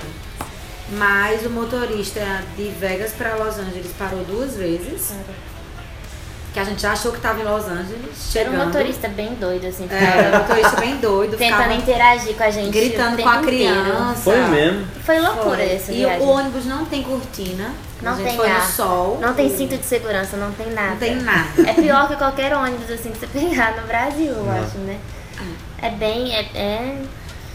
[SPEAKER 3] Mas o motorista de Vegas pra Los Angeles parou duas vezes. Que a gente já achou que tava em Los Angeles.
[SPEAKER 4] Era
[SPEAKER 3] Chegando.
[SPEAKER 4] um motorista bem doido, assim.
[SPEAKER 3] É, era um motorista bem doido.
[SPEAKER 4] Tentando
[SPEAKER 3] ficava
[SPEAKER 4] interagir com a gente. o
[SPEAKER 3] gritando com
[SPEAKER 4] tempo
[SPEAKER 3] a
[SPEAKER 4] inteiro.
[SPEAKER 3] criança.
[SPEAKER 2] Foi mesmo.
[SPEAKER 4] Foi
[SPEAKER 3] Foi.
[SPEAKER 4] loucura essa
[SPEAKER 3] E
[SPEAKER 4] viagem.
[SPEAKER 3] o ônibus não tem cortina. a
[SPEAKER 4] Não
[SPEAKER 3] gente
[SPEAKER 4] tem
[SPEAKER 3] foi
[SPEAKER 4] ar.
[SPEAKER 3] no sol.
[SPEAKER 4] Não tem cinto de segurança, não tem nada.
[SPEAKER 3] Não tem nada.
[SPEAKER 4] É pior que qualquer ônibus assim que você pegar no Brasil, eu acho, né?
[SPEAKER 3] Ah.
[SPEAKER 4] É bem. É, é-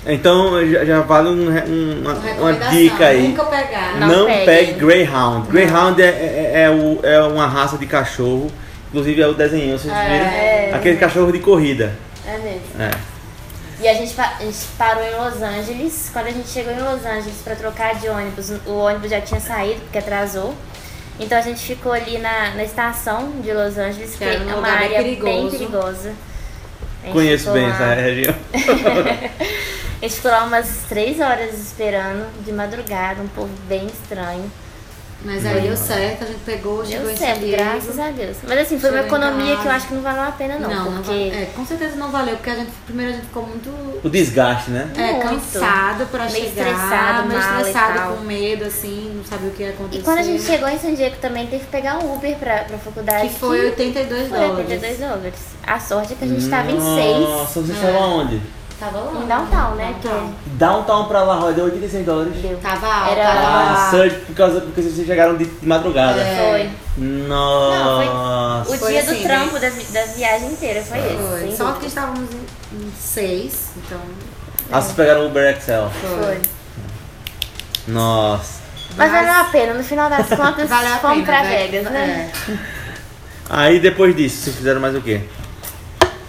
[SPEAKER 2] Então já, já vale um re- um- uma, uma
[SPEAKER 3] Recomendação,
[SPEAKER 2] dica aí.
[SPEAKER 3] Nunca pegar.
[SPEAKER 4] Não
[SPEAKER 2] Não
[SPEAKER 4] pegue.
[SPEAKER 2] pegue Greyhound. Greyhound é, é, é o- é uma raça de cachorro. Inclusive é o desenho, vocês viram? Aquele cachorro de corrida.
[SPEAKER 4] é mesmo.
[SPEAKER 2] É.
[SPEAKER 4] E a gente, pa- a gente parou em Los Angeles. Quando a gente chegou em Los Angeles para trocar de ônibus, o ônibus já tinha saído porque atrasou. Então a gente ficou ali na, na estação de Los Angeles, que
[SPEAKER 3] era
[SPEAKER 4] é
[SPEAKER 3] um
[SPEAKER 4] uma
[SPEAKER 3] lugar bem
[SPEAKER 4] área bem
[SPEAKER 3] perigoso.
[SPEAKER 4] perigosa. A gente
[SPEAKER 2] Conheço
[SPEAKER 4] ficou
[SPEAKER 2] bem
[SPEAKER 4] lá-
[SPEAKER 2] essa região.
[SPEAKER 4] a gente ficou lá umas três horas esperando, de madrugada, um povo bem estranho.
[SPEAKER 3] Mas aí deu certo, a gente pegou, chegou
[SPEAKER 4] Deu
[SPEAKER 3] em
[SPEAKER 4] certo,
[SPEAKER 3] San Diego.
[SPEAKER 4] graças a Deus. Mas assim, foi uma
[SPEAKER 3] Chegou em
[SPEAKER 4] economia que eu
[SPEAKER 3] casa.
[SPEAKER 4] acho que não valeu a pena não,
[SPEAKER 3] Não, não
[SPEAKER 4] porque...
[SPEAKER 3] valeu. É, com certeza não valeu, porque a gente primeiro a gente ficou muito
[SPEAKER 2] O desgaste, né?
[SPEAKER 3] é,
[SPEAKER 4] Muito.
[SPEAKER 3] cansado pra
[SPEAKER 4] Meio
[SPEAKER 3] chegar,
[SPEAKER 4] estressado,
[SPEAKER 3] meio
[SPEAKER 4] mal e
[SPEAKER 3] estressado,
[SPEAKER 4] tal.
[SPEAKER 3] com medo, assim, não sabia o que ia acontecer.
[SPEAKER 4] E quando a gente chegou em San Diego também teve que pegar um Uber pra, pra faculdade.
[SPEAKER 3] Que foi 82
[SPEAKER 4] foi
[SPEAKER 3] dólares.
[SPEAKER 4] 82 dólares. A sorte é que a gente tava em É.
[SPEAKER 2] Nossa,
[SPEAKER 4] 6.
[SPEAKER 2] vocês estavam aonde?
[SPEAKER 3] Tava lá.
[SPEAKER 4] Em downtown, né?
[SPEAKER 3] Downtown.
[SPEAKER 2] Downtown pra La Roy deu 86 dólares.
[SPEAKER 4] Deu.
[SPEAKER 3] Tava alto.
[SPEAKER 4] Era-
[SPEAKER 2] Ah,
[SPEAKER 3] tava...
[SPEAKER 2] surge por causa porque vocês chegaram de de madrugada.
[SPEAKER 4] Foi. Não,
[SPEAKER 2] Nossa.
[SPEAKER 4] É. foi o
[SPEAKER 3] É. Foi
[SPEAKER 4] dia
[SPEAKER 3] assim,
[SPEAKER 4] do trampo
[SPEAKER 3] né?
[SPEAKER 4] da, vi- da viagem inteira, foi esse.
[SPEAKER 3] Foi.
[SPEAKER 4] sem
[SPEAKER 3] Só que
[SPEAKER 4] dúvida.
[SPEAKER 3] estávamos em em seis, então
[SPEAKER 2] Ah, vocês pegaram o Uber Excel.
[SPEAKER 3] foi.
[SPEAKER 4] Foi.
[SPEAKER 2] Nossa.
[SPEAKER 4] Mas
[SPEAKER 3] Mas-
[SPEAKER 4] valeu a pena, no final das contas
[SPEAKER 3] Valeu a
[SPEAKER 4] fomos
[SPEAKER 3] pena.
[SPEAKER 4] pra
[SPEAKER 3] né?
[SPEAKER 4] Vegas, né?
[SPEAKER 3] É.
[SPEAKER 2] Aí depois disso, vocês fizeram mais o quê?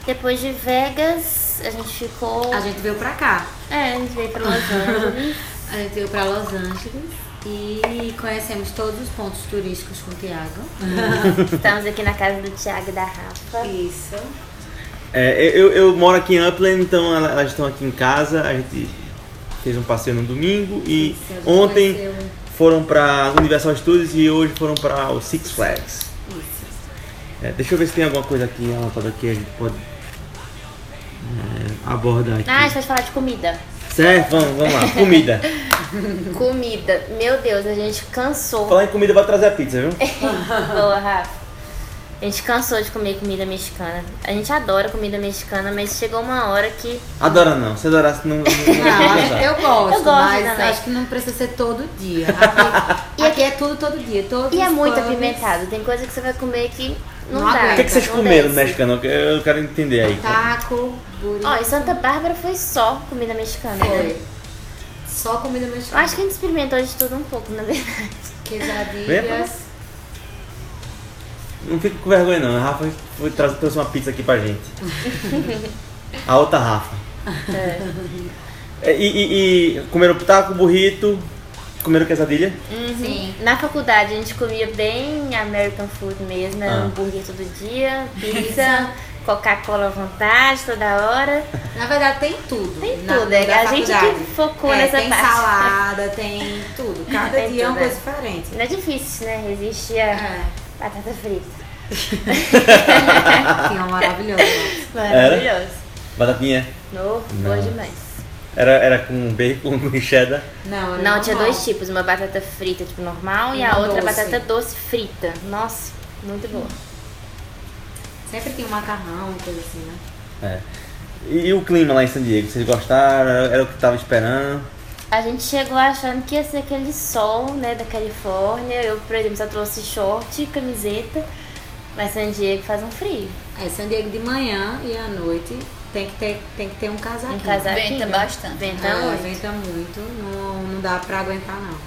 [SPEAKER 4] Depois de Vegas, a gente ficou.
[SPEAKER 3] A gente veio pra cá.
[SPEAKER 4] É, a gente veio pra Los Angeles.
[SPEAKER 3] A gente veio pra Los Angeles e conhecemos todos os pontos turísticos com o Tiago.
[SPEAKER 4] Estamos aqui na casa do Thiago e da Rafa.
[SPEAKER 3] Isso.
[SPEAKER 2] É, eu, eu moro aqui em Upland, então ela- elas estão aqui em casa. A gente fez um passeio no domingo e
[SPEAKER 3] Isso, a gente
[SPEAKER 2] ontem
[SPEAKER 3] conheceu-
[SPEAKER 2] foram pra Universal Studios e hoje foram pra o Six Flags. É, deixa eu ver se tem alguma coisa aqui anotada que a gente pode é, abordar aqui.
[SPEAKER 4] Ah, a gente pode falar de comida.
[SPEAKER 2] Certo, vamos, vamos lá. Comida.
[SPEAKER 4] Comida. Meu Deus, a gente cansou.
[SPEAKER 2] Falar em comida, vai trazer a pizza, viu?
[SPEAKER 4] Boa, Rafa. A gente cansou de comer comida mexicana. A gente adora comida mexicana, mas chegou uma hora que.
[SPEAKER 2] Adora não. Se adorasse, não. não, não,
[SPEAKER 3] Não,
[SPEAKER 2] ia
[SPEAKER 3] acho-
[SPEAKER 2] gostar.
[SPEAKER 3] eu gosto,
[SPEAKER 4] Eu gosto
[SPEAKER 3] mas
[SPEAKER 4] também.
[SPEAKER 3] acho que não precisa ser todo dia. Aqui,
[SPEAKER 4] E
[SPEAKER 3] aqui é tudo todo dia. Todos
[SPEAKER 4] E é
[SPEAKER 3] os
[SPEAKER 4] muito
[SPEAKER 3] pubs.
[SPEAKER 4] apimentado. Tem coisa que você vai comer que não,
[SPEAKER 3] Não Tá.
[SPEAKER 4] dá.
[SPEAKER 3] aguenta.
[SPEAKER 2] O que, é que vocês
[SPEAKER 4] não
[SPEAKER 2] comeram no
[SPEAKER 4] desce.
[SPEAKER 2] mexicano? Eu quero entender aí.
[SPEAKER 3] Taco, burrito.
[SPEAKER 4] Ó, em Santa Bárbara foi só comida mexicana.
[SPEAKER 3] Foi. Só comida
[SPEAKER 4] Eu
[SPEAKER 3] mexicana.
[SPEAKER 4] acho que a gente experimentou de tudo um pouco, na verdade.
[SPEAKER 3] Quesadilhas.
[SPEAKER 2] Não fica com vergonha não, a Rafa foi, tra- trouxe uma pizza aqui pra gente. a outra Rafa.
[SPEAKER 3] É.
[SPEAKER 2] É, E, e, e comeram taco, burrito, comeram quesadilha.
[SPEAKER 4] Uhum.
[SPEAKER 3] Sim.
[SPEAKER 4] Na faculdade a gente comia bem American food mesmo, era um
[SPEAKER 2] Ah.
[SPEAKER 4] hambúrguer todo dia, pizza, Coca-Cola à vontade toda hora.
[SPEAKER 3] Na verdade tem tudo.
[SPEAKER 4] Tem
[SPEAKER 3] na-
[SPEAKER 4] tudo, é
[SPEAKER 3] na
[SPEAKER 4] a gente
[SPEAKER 3] faculdade.
[SPEAKER 4] que focou
[SPEAKER 3] É,
[SPEAKER 4] nessa
[SPEAKER 3] tem
[SPEAKER 4] parte.
[SPEAKER 3] salada, tem tudo. Cada
[SPEAKER 4] Tem
[SPEAKER 3] dia é uma
[SPEAKER 4] tudo, é.
[SPEAKER 3] coisa diferente.
[SPEAKER 4] Não é difícil, né? Resistir a
[SPEAKER 3] É.
[SPEAKER 4] batata frita.
[SPEAKER 3] Sim, é maravilhoso.
[SPEAKER 4] Maravilhoso.
[SPEAKER 2] Batatinha.
[SPEAKER 4] Novo, boa demais.
[SPEAKER 2] Era, era com bacon, com cheddar.
[SPEAKER 3] Não, era
[SPEAKER 4] Não, tinha
[SPEAKER 3] normal.
[SPEAKER 4] dois tipos, uma batata frita, tipo, normal, e a
[SPEAKER 3] Uma
[SPEAKER 4] outra
[SPEAKER 3] doce.
[SPEAKER 4] batata doce frita. Nossa, muito boa.
[SPEAKER 3] Sempre tem um macarrão, coisa assim, né?
[SPEAKER 2] É. E, e o clima lá em San Diego? Vocês gostaram? Era, era o que tava esperando?
[SPEAKER 4] A gente chegou achando que ia ser aquele sol, né, da Califórnia. Eu, por exemplo, só trouxe short e camiseta. Mas San Diego faz um frio.
[SPEAKER 3] É, San Diego de manhã e à noite tem que ter, tem que ter um casaquinho.
[SPEAKER 4] Um casaquinho. Então, é
[SPEAKER 5] Venta bastante.
[SPEAKER 4] Ah, Venta
[SPEAKER 3] Não,
[SPEAKER 4] muito.
[SPEAKER 3] venta muito, não, não dá pra aguentar não.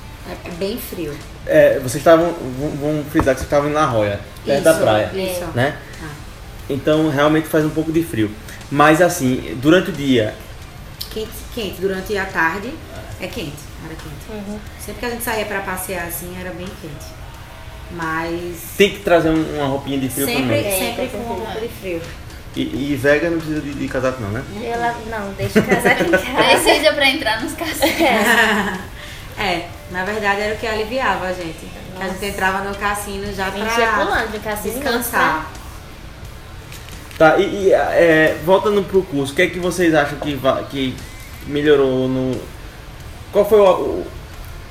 [SPEAKER 3] É bem frio.
[SPEAKER 2] É, vocês estavam, vão- vão frisar que vocês estavam em La Jolla, perto da
[SPEAKER 3] Isso,
[SPEAKER 2] praia.
[SPEAKER 3] Isso.
[SPEAKER 4] É.
[SPEAKER 2] Né?
[SPEAKER 3] Ah.
[SPEAKER 2] Então realmente faz um pouco de frio. Mas assim, durante o dia,
[SPEAKER 3] Quente, quente. Durante a tarde é quente, era quente.
[SPEAKER 4] Uhum.
[SPEAKER 3] Sempre que a gente saía pra passear assim, era bem quente. Mas
[SPEAKER 2] tem que trazer um- uma roupinha de frio
[SPEAKER 3] sempre,
[SPEAKER 2] também.
[SPEAKER 4] É,
[SPEAKER 3] sempre
[SPEAKER 4] com
[SPEAKER 3] com um
[SPEAKER 4] certeza.
[SPEAKER 3] pouco de frio.
[SPEAKER 2] E, e Vega não precisa de, de casaco não, né?
[SPEAKER 4] Ela, não, deixa o casaco em casa.
[SPEAKER 5] Precisa pra entrar nos cassinos.
[SPEAKER 3] é, na verdade era o que aliviava a gente. Que A gente entrava no cassino já
[SPEAKER 4] A gente ia
[SPEAKER 3] pra
[SPEAKER 4] pulando de cassino. em
[SPEAKER 3] descansar.
[SPEAKER 2] Tá, e, e, é, voltando pro curso, o que é que vocês acham que, va- que melhorou no. Qual foi o, o-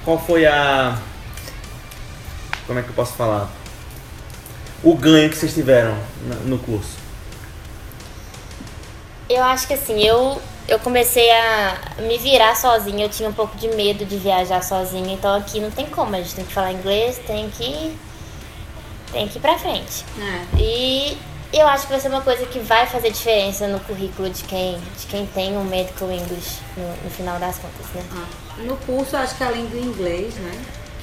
[SPEAKER 2] Qual foi a. Como é que eu posso falar? O ganho que vocês tiveram na- no curso.
[SPEAKER 4] Eu acho que assim, eu, eu comecei a me virar sozinha, eu tinha um pouco de medo de viajar sozinha, então aqui não tem como, a gente tem que falar inglês, tem que, tem que ir pra frente.
[SPEAKER 3] É.
[SPEAKER 4] E eu acho que vai ser uma coisa que vai fazer diferença no currículo de quem, de quem tem um medical English no, no final das contas, né?
[SPEAKER 3] Ah, No curso, acho que além do inglês, né?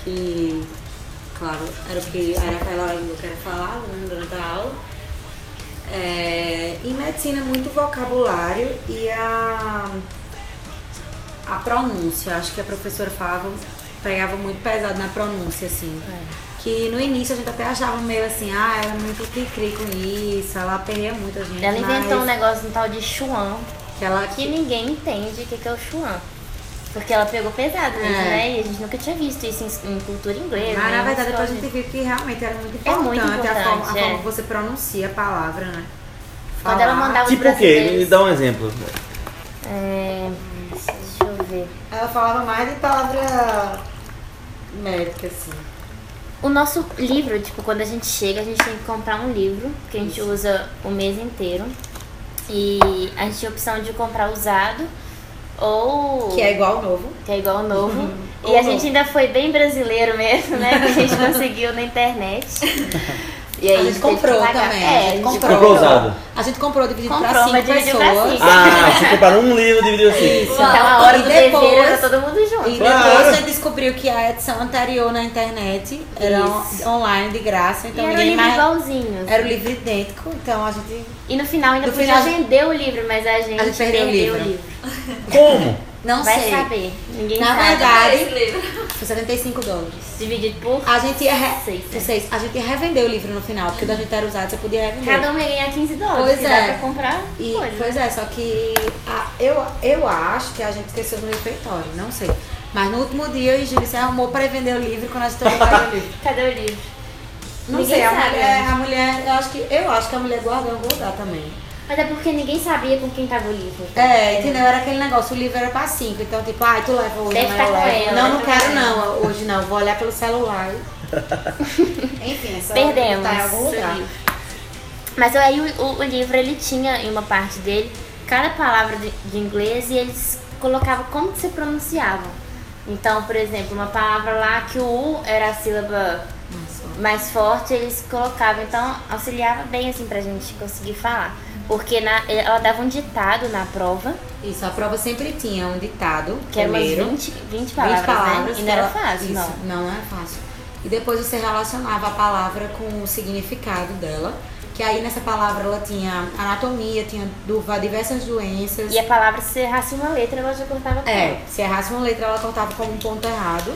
[SPEAKER 3] Que, claro, era o que era aquela língua que era falada né, durante a aula. É, em medicina, muito vocabulário e a, a pronúncia. Eu Acho que a professora falava, pregava muito pesado na pronúncia, assim.
[SPEAKER 4] É.
[SPEAKER 3] Que no início a gente até achava meio assim, ah, ela é muito cri-cri com isso, ela aperreia muito a gente.
[SPEAKER 4] Ela
[SPEAKER 3] mas
[SPEAKER 4] inventou um negócio um tal de chuan,
[SPEAKER 3] que ela
[SPEAKER 4] que ninguém entende o que que é o chuan. Porque ela pegou pesado nisso,
[SPEAKER 3] É.
[SPEAKER 4] né? E a gente nunca tinha visto isso em, em cultura inglesa.
[SPEAKER 3] Mas
[SPEAKER 4] né?
[SPEAKER 3] na verdade depois a
[SPEAKER 4] Só-
[SPEAKER 3] gente viu que realmente era muito
[SPEAKER 4] É
[SPEAKER 3] importante,
[SPEAKER 4] muito
[SPEAKER 3] a, forma, a
[SPEAKER 4] importante, é.
[SPEAKER 3] forma que você pronuncia a palavra, né?
[SPEAKER 4] Quando ela
[SPEAKER 3] Falar.
[SPEAKER 4] mandava os
[SPEAKER 2] Tipo o quê? Me
[SPEAKER 4] brasileiros-
[SPEAKER 2] dá um exemplo.
[SPEAKER 4] É, deixa eu ver.
[SPEAKER 3] Ela falava mais de palavra médica, assim.
[SPEAKER 4] O nosso livro, tipo, quando a gente chega, a gente tem que comprar um livro, que a gente usa o mês inteiro. E a gente tinha a opção de comprar usado ou.
[SPEAKER 3] Que é igual ao novo.
[SPEAKER 4] que é igual ao novo. E
[SPEAKER 3] Ou
[SPEAKER 4] a
[SPEAKER 3] não.
[SPEAKER 4] gente ainda foi bem brasileiro mesmo, né? Que a gente conseguiu na internet. E aí
[SPEAKER 3] a gente
[SPEAKER 4] teve que
[SPEAKER 3] comprou
[SPEAKER 4] pagar.
[SPEAKER 3] também.
[SPEAKER 4] É,
[SPEAKER 3] a gente comprou.
[SPEAKER 2] Comprou usado.
[SPEAKER 3] A gente comprou dividido
[SPEAKER 4] Comprou,
[SPEAKER 3] pra cinco
[SPEAKER 4] mas dividiu pra
[SPEAKER 3] pessoas.
[SPEAKER 4] cinco.
[SPEAKER 2] Ah, você comparou um livro e dividiu assim.
[SPEAKER 4] Então a hora
[SPEAKER 3] E
[SPEAKER 4] do dever
[SPEAKER 3] depois-
[SPEAKER 4] era todo mundo junto.
[SPEAKER 3] E
[SPEAKER 2] Claro.
[SPEAKER 3] depois você descobriu que a edição anterior na internet era on-
[SPEAKER 4] Isso.
[SPEAKER 3] online de graça,
[SPEAKER 4] E
[SPEAKER 3] então
[SPEAKER 4] era um
[SPEAKER 3] ninguém
[SPEAKER 4] livro
[SPEAKER 3] mais.
[SPEAKER 4] igualzinho.
[SPEAKER 3] Era o livro idêntico, então a gente.
[SPEAKER 4] E no final ainda
[SPEAKER 3] No
[SPEAKER 4] podia
[SPEAKER 3] final-
[SPEAKER 4] vender o livro, mas a gente,
[SPEAKER 3] A gente perdeu o livro.
[SPEAKER 2] Como?
[SPEAKER 3] Não
[SPEAKER 4] Vai
[SPEAKER 3] sei.
[SPEAKER 4] saber. Ninguém
[SPEAKER 3] Na
[SPEAKER 4] sabe.
[SPEAKER 3] verdade,
[SPEAKER 5] livro.
[SPEAKER 3] foi 75 dólares.
[SPEAKER 4] Dividido por
[SPEAKER 3] A gente ia re...
[SPEAKER 4] Seis, né?
[SPEAKER 3] seis. A gente ia revender o livro no final, porque o da gente era usado, você podia revender.
[SPEAKER 4] Cada né? um ia ganhar 15 dólares.
[SPEAKER 3] Pois
[SPEAKER 4] que dá
[SPEAKER 3] é.
[SPEAKER 4] pra comprar
[SPEAKER 3] E,
[SPEAKER 4] coisa.
[SPEAKER 3] pois é, só que a- eu, eu acho que a gente esqueceu no refeitório, não sei. Mas no último dia o Júlio se arrumou para vender o livro quando a gente trocou o livro.
[SPEAKER 4] Cadê o livro?
[SPEAKER 3] Não
[SPEAKER 4] Ninguém
[SPEAKER 3] sei, a
[SPEAKER 4] sabe,
[SPEAKER 3] mulher,
[SPEAKER 4] né?
[SPEAKER 3] a mulher, eu acho que eu acho que a mulher guardou em algum lugar também.
[SPEAKER 4] Mas é porque ninguém sabia com quem tava o livro.
[SPEAKER 3] É, entendeu? Era aquele negócio, o livro era pra cinco, então tipo, ai, tu leva hoje,
[SPEAKER 4] Deve
[SPEAKER 3] não,
[SPEAKER 4] tá
[SPEAKER 3] eu
[SPEAKER 4] com
[SPEAKER 3] levo.
[SPEAKER 4] ela,
[SPEAKER 3] não, não
[SPEAKER 4] tá
[SPEAKER 3] quero
[SPEAKER 4] com ela.
[SPEAKER 3] não, hoje não, vou olhar pelo celular. Enfim, é só
[SPEAKER 4] Perdemos.
[SPEAKER 3] tá em algum lugar.
[SPEAKER 4] Sumiu. Mas aí o, o- o livro ele tinha em uma parte dele cada palavra de, de inglês e eles colocavam como que se pronunciavam. Então, por exemplo, uma palavra lá que o U era a sílaba mais forte, eles colocavam. Então, auxiliava bem assim pra gente conseguir falar. Porque na- ela dava um ditado na prova,
[SPEAKER 3] Isso, a prova sempre tinha um ditado,
[SPEAKER 4] que era umas
[SPEAKER 3] primeiro.
[SPEAKER 4] 20, 20
[SPEAKER 3] 20
[SPEAKER 4] palavras,
[SPEAKER 3] palavras
[SPEAKER 4] né? E
[SPEAKER 3] que
[SPEAKER 4] não era
[SPEAKER 3] ela-
[SPEAKER 4] fácil,
[SPEAKER 3] Isso,
[SPEAKER 4] não.
[SPEAKER 3] não era fácil. E depois você relacionava a palavra com o significado dela, que aí nessa palavra ela tinha anatomia, tinha duva, diversas doenças.
[SPEAKER 4] E a palavra, se errasse uma letra, ela já cortava tudo.
[SPEAKER 3] É, se errasse uma letra ela contava como um ponto errado.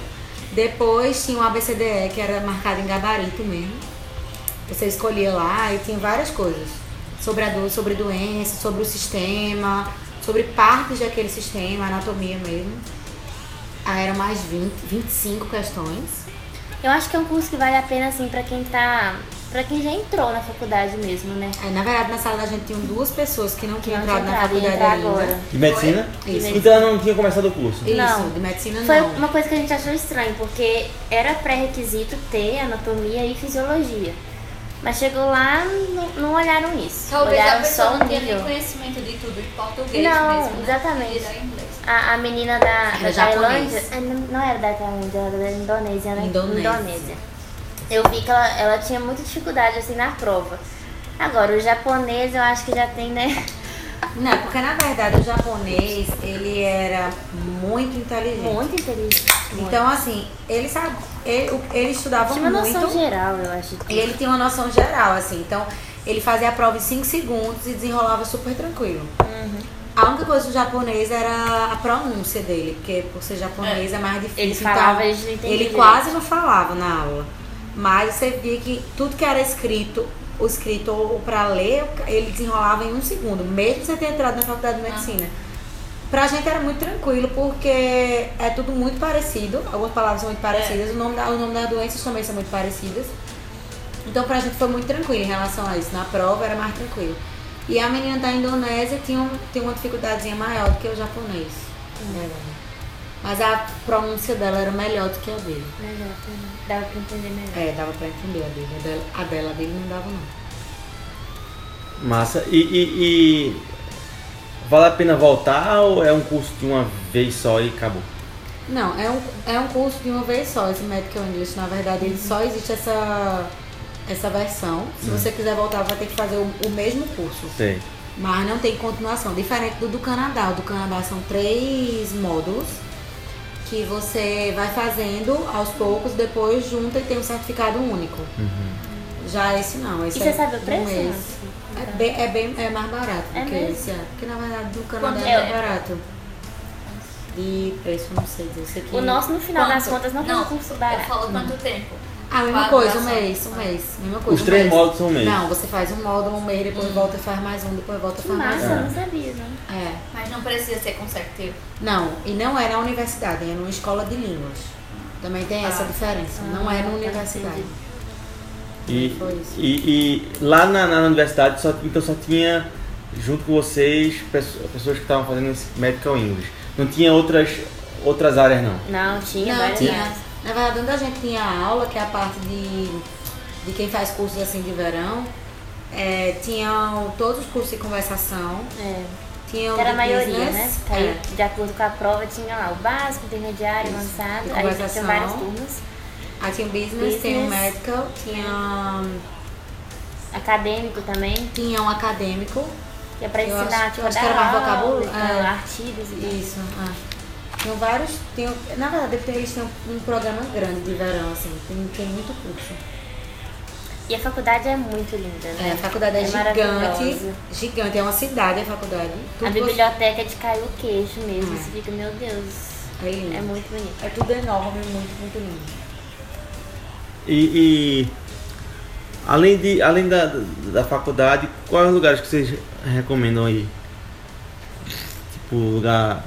[SPEAKER 3] Depois tinha o ABCDE, que era marcado em gabarito mesmo. Você escolhia lá e tinha várias coisas. Sobre a do, sobre doença, sobre o sistema, sobre partes daquele sistema, anatomia mesmo. Aí eram mais 20, 25 questões.
[SPEAKER 4] Eu acho que é um curso que vale a pena, assim, pra quem tá. pra quem já entrou na faculdade mesmo, né?
[SPEAKER 3] Aí, na verdade, na sala da gente tinham duas pessoas que não
[SPEAKER 4] Que
[SPEAKER 3] tinham
[SPEAKER 4] não
[SPEAKER 3] entrado
[SPEAKER 4] tinha
[SPEAKER 3] na
[SPEAKER 4] entrado, ia
[SPEAKER 3] faculdade
[SPEAKER 4] entrar
[SPEAKER 3] ainda.
[SPEAKER 4] agora.
[SPEAKER 2] De medicina?
[SPEAKER 3] Isso.
[SPEAKER 2] Então ela não tinha começado o curso.
[SPEAKER 3] Isso,
[SPEAKER 4] Não.
[SPEAKER 3] de medicina
[SPEAKER 4] Foi
[SPEAKER 3] não.
[SPEAKER 4] uma coisa que a gente achou estranho, porque era pré-requisito ter anatomia e fisiologia. Mas chegou lá, não, não olharam isso.
[SPEAKER 5] Talvez a
[SPEAKER 4] olharam
[SPEAKER 5] pessoa
[SPEAKER 4] só
[SPEAKER 3] um
[SPEAKER 4] o
[SPEAKER 5] não tenha nem
[SPEAKER 4] nível.
[SPEAKER 5] conhecimento de tudo em português
[SPEAKER 4] Não,
[SPEAKER 5] mesmo, né?
[SPEAKER 4] exatamente.
[SPEAKER 5] E da inglês.
[SPEAKER 4] A, a menina da, da
[SPEAKER 3] Era japonês.
[SPEAKER 4] Tailândia. ah, Não, não era da Tailândia, era da Indonésia, né?
[SPEAKER 3] Indonésia.
[SPEAKER 4] Eu vi que ela, ela tinha muita dificuldade assim na prova. Agora, o japonês eu acho que já tem, né?
[SPEAKER 3] Não, porque na verdade o japonês, ele era muito inteligente.
[SPEAKER 4] Muito inteligente. muito.
[SPEAKER 3] Então, assim, ele sabe, ele, o- ele estudava
[SPEAKER 4] Tinha uma noção
[SPEAKER 3] muito
[SPEAKER 4] geral, eu acho.
[SPEAKER 3] e ele tem uma noção geral, assim. Então, ele fazia a prova em 5 segundos e desenrolava super tranquilo.
[SPEAKER 4] Uhum.
[SPEAKER 3] A única coisa do japonês era a pronúncia dele, porque por ser japonês é, mais difícil.
[SPEAKER 4] Ele falava,
[SPEAKER 3] então,
[SPEAKER 4] eles não entendiam
[SPEAKER 3] Ele
[SPEAKER 4] direito.
[SPEAKER 3] quase não falava na aula. Mas você via que tudo que era escrito, o escrito ou pra ler, ele desenrolava em um segundo, mesmo você ter entrado na faculdade
[SPEAKER 4] Ah.
[SPEAKER 3] de medicina. Pra gente era muito tranquilo, porque é tudo muito parecido, algumas palavras são muito
[SPEAKER 4] É.
[SPEAKER 3] parecidas, o, nome da, o nome das doenças também são muito parecidas. Então pra gente foi muito tranquilo em relação a isso. Na prova era mais tranquilo. E a menina da Indonésia tinha, um, tinha uma dificuldadezinha maior do que o japonês. Né? Mas a pronúncia dela era melhor do que a dele.
[SPEAKER 4] Melhor, dava pra entender melhor.
[SPEAKER 3] É, dava pra entender a dele. A dela, a dela dele não dava não.
[SPEAKER 2] Massa. E, e- e vale a pena voltar ou é um curso de uma vez só e acabou?
[SPEAKER 3] Não, é um, é um curso de uma vez só, esse Medical English. Na verdade, ele só existe essa, essa versão. Se você quiser voltar, vai ter que fazer o, o mesmo curso.
[SPEAKER 2] Sei.
[SPEAKER 3] Mas não tem continuação. Diferente do do Canadá. O do Canadá são três módulos que você vai fazendo aos poucos, depois junta e tem um certificado único. Já esse não. Esse
[SPEAKER 4] E você
[SPEAKER 3] é
[SPEAKER 4] sabe o
[SPEAKER 3] um
[SPEAKER 4] preço?
[SPEAKER 3] mês.
[SPEAKER 4] Márcio?
[SPEAKER 3] É, bem, é, bem, é mais barato do
[SPEAKER 4] É
[SPEAKER 3] que
[SPEAKER 4] mesmo?
[SPEAKER 3] esse. é. Porque na verdade do Canadá
[SPEAKER 4] Quanto
[SPEAKER 3] é mais
[SPEAKER 4] é?
[SPEAKER 3] barato. E preço, não sei dizer. eu sei que-
[SPEAKER 4] É. O nosso, no final das
[SPEAKER 5] Quanto?
[SPEAKER 4] contas, não foi um curso
[SPEAKER 5] Eu
[SPEAKER 4] barato.
[SPEAKER 5] falo quanto tempo.
[SPEAKER 3] Ah, mesma
[SPEAKER 5] Qual
[SPEAKER 3] coisa, um
[SPEAKER 5] duração?
[SPEAKER 3] mês, um mês. Mesma coisa,
[SPEAKER 2] Os
[SPEAKER 3] um
[SPEAKER 2] três
[SPEAKER 3] mês.
[SPEAKER 2] módulos são o mesmo.
[SPEAKER 3] Não, você faz um módulo, um mês, depois volta e faz mais um, depois volta e
[SPEAKER 4] Hum. Que
[SPEAKER 3] faz mais
[SPEAKER 4] massa,
[SPEAKER 3] um.
[SPEAKER 2] É.
[SPEAKER 4] não sabia, né?
[SPEAKER 3] É.
[SPEAKER 5] Mas não precisa ser consecutivo.
[SPEAKER 3] Não, e não é na universidade, é numa escola de línguas. Também tem essa diferença. Não é na universidade.
[SPEAKER 4] Ah. entendi.
[SPEAKER 2] E,
[SPEAKER 3] Foi isso.
[SPEAKER 2] e, e lá na, na universidade, só, então só tinha, junto com vocês, pesso- pessoas que estavam fazendo esse medical English. Não tinha outras, outras áreas, não.
[SPEAKER 4] Não, tinha
[SPEAKER 3] Não,
[SPEAKER 4] várias
[SPEAKER 3] tinha.
[SPEAKER 4] áreas.
[SPEAKER 3] Na verdade, onde a gente tinha a aula, que é a parte de, de quem faz cursos assim de verão, é, tinham todos os cursos de conversação,
[SPEAKER 4] É.
[SPEAKER 3] tinham
[SPEAKER 4] Que era a
[SPEAKER 3] de
[SPEAKER 4] maioria, né?
[SPEAKER 3] business,
[SPEAKER 4] Aí,
[SPEAKER 3] Então, é,
[SPEAKER 4] de acordo com a prova, tinha lá o básico, intermediário, avançado.
[SPEAKER 3] E
[SPEAKER 4] Aí tinha
[SPEAKER 3] conversação.
[SPEAKER 4] vários turnos.
[SPEAKER 3] Aí tinha o business, tinha o
[SPEAKER 4] Business.
[SPEAKER 3] medical, tinha,
[SPEAKER 4] Acadêmico também,
[SPEAKER 3] tinha um acadêmico,
[SPEAKER 4] que é pra
[SPEAKER 3] Eu acho-
[SPEAKER 4] ensinar,
[SPEAKER 3] eu
[SPEAKER 4] tipo,
[SPEAKER 3] acho
[SPEAKER 4] dar
[SPEAKER 3] que era mais
[SPEAKER 4] aula,
[SPEAKER 3] vocabulário,
[SPEAKER 4] então,
[SPEAKER 3] é.
[SPEAKER 4] artigos e tal.
[SPEAKER 3] isso, é. Tinham vários, tinham, na verdade, deve ter- eles tinham um programa grande de verão, assim, tem, tem muito curso.
[SPEAKER 4] E a faculdade é muito linda, né?
[SPEAKER 3] É, a faculdade é,
[SPEAKER 4] maravilhosa.
[SPEAKER 3] gigante, gigante, é uma cidade a faculdade.
[SPEAKER 4] A
[SPEAKER 3] Tudo
[SPEAKER 4] biblioteca é de cair o queixo mesmo.
[SPEAKER 3] É.
[SPEAKER 4] Você fica, meu Deus,
[SPEAKER 3] você- É lindo.
[SPEAKER 4] é muito bonito.
[SPEAKER 3] É tudo enorme, muito, muito lindo.
[SPEAKER 2] E, e além, de, além da, da faculdade, quais lugares que vocês recomendam aí? Tipo, lugar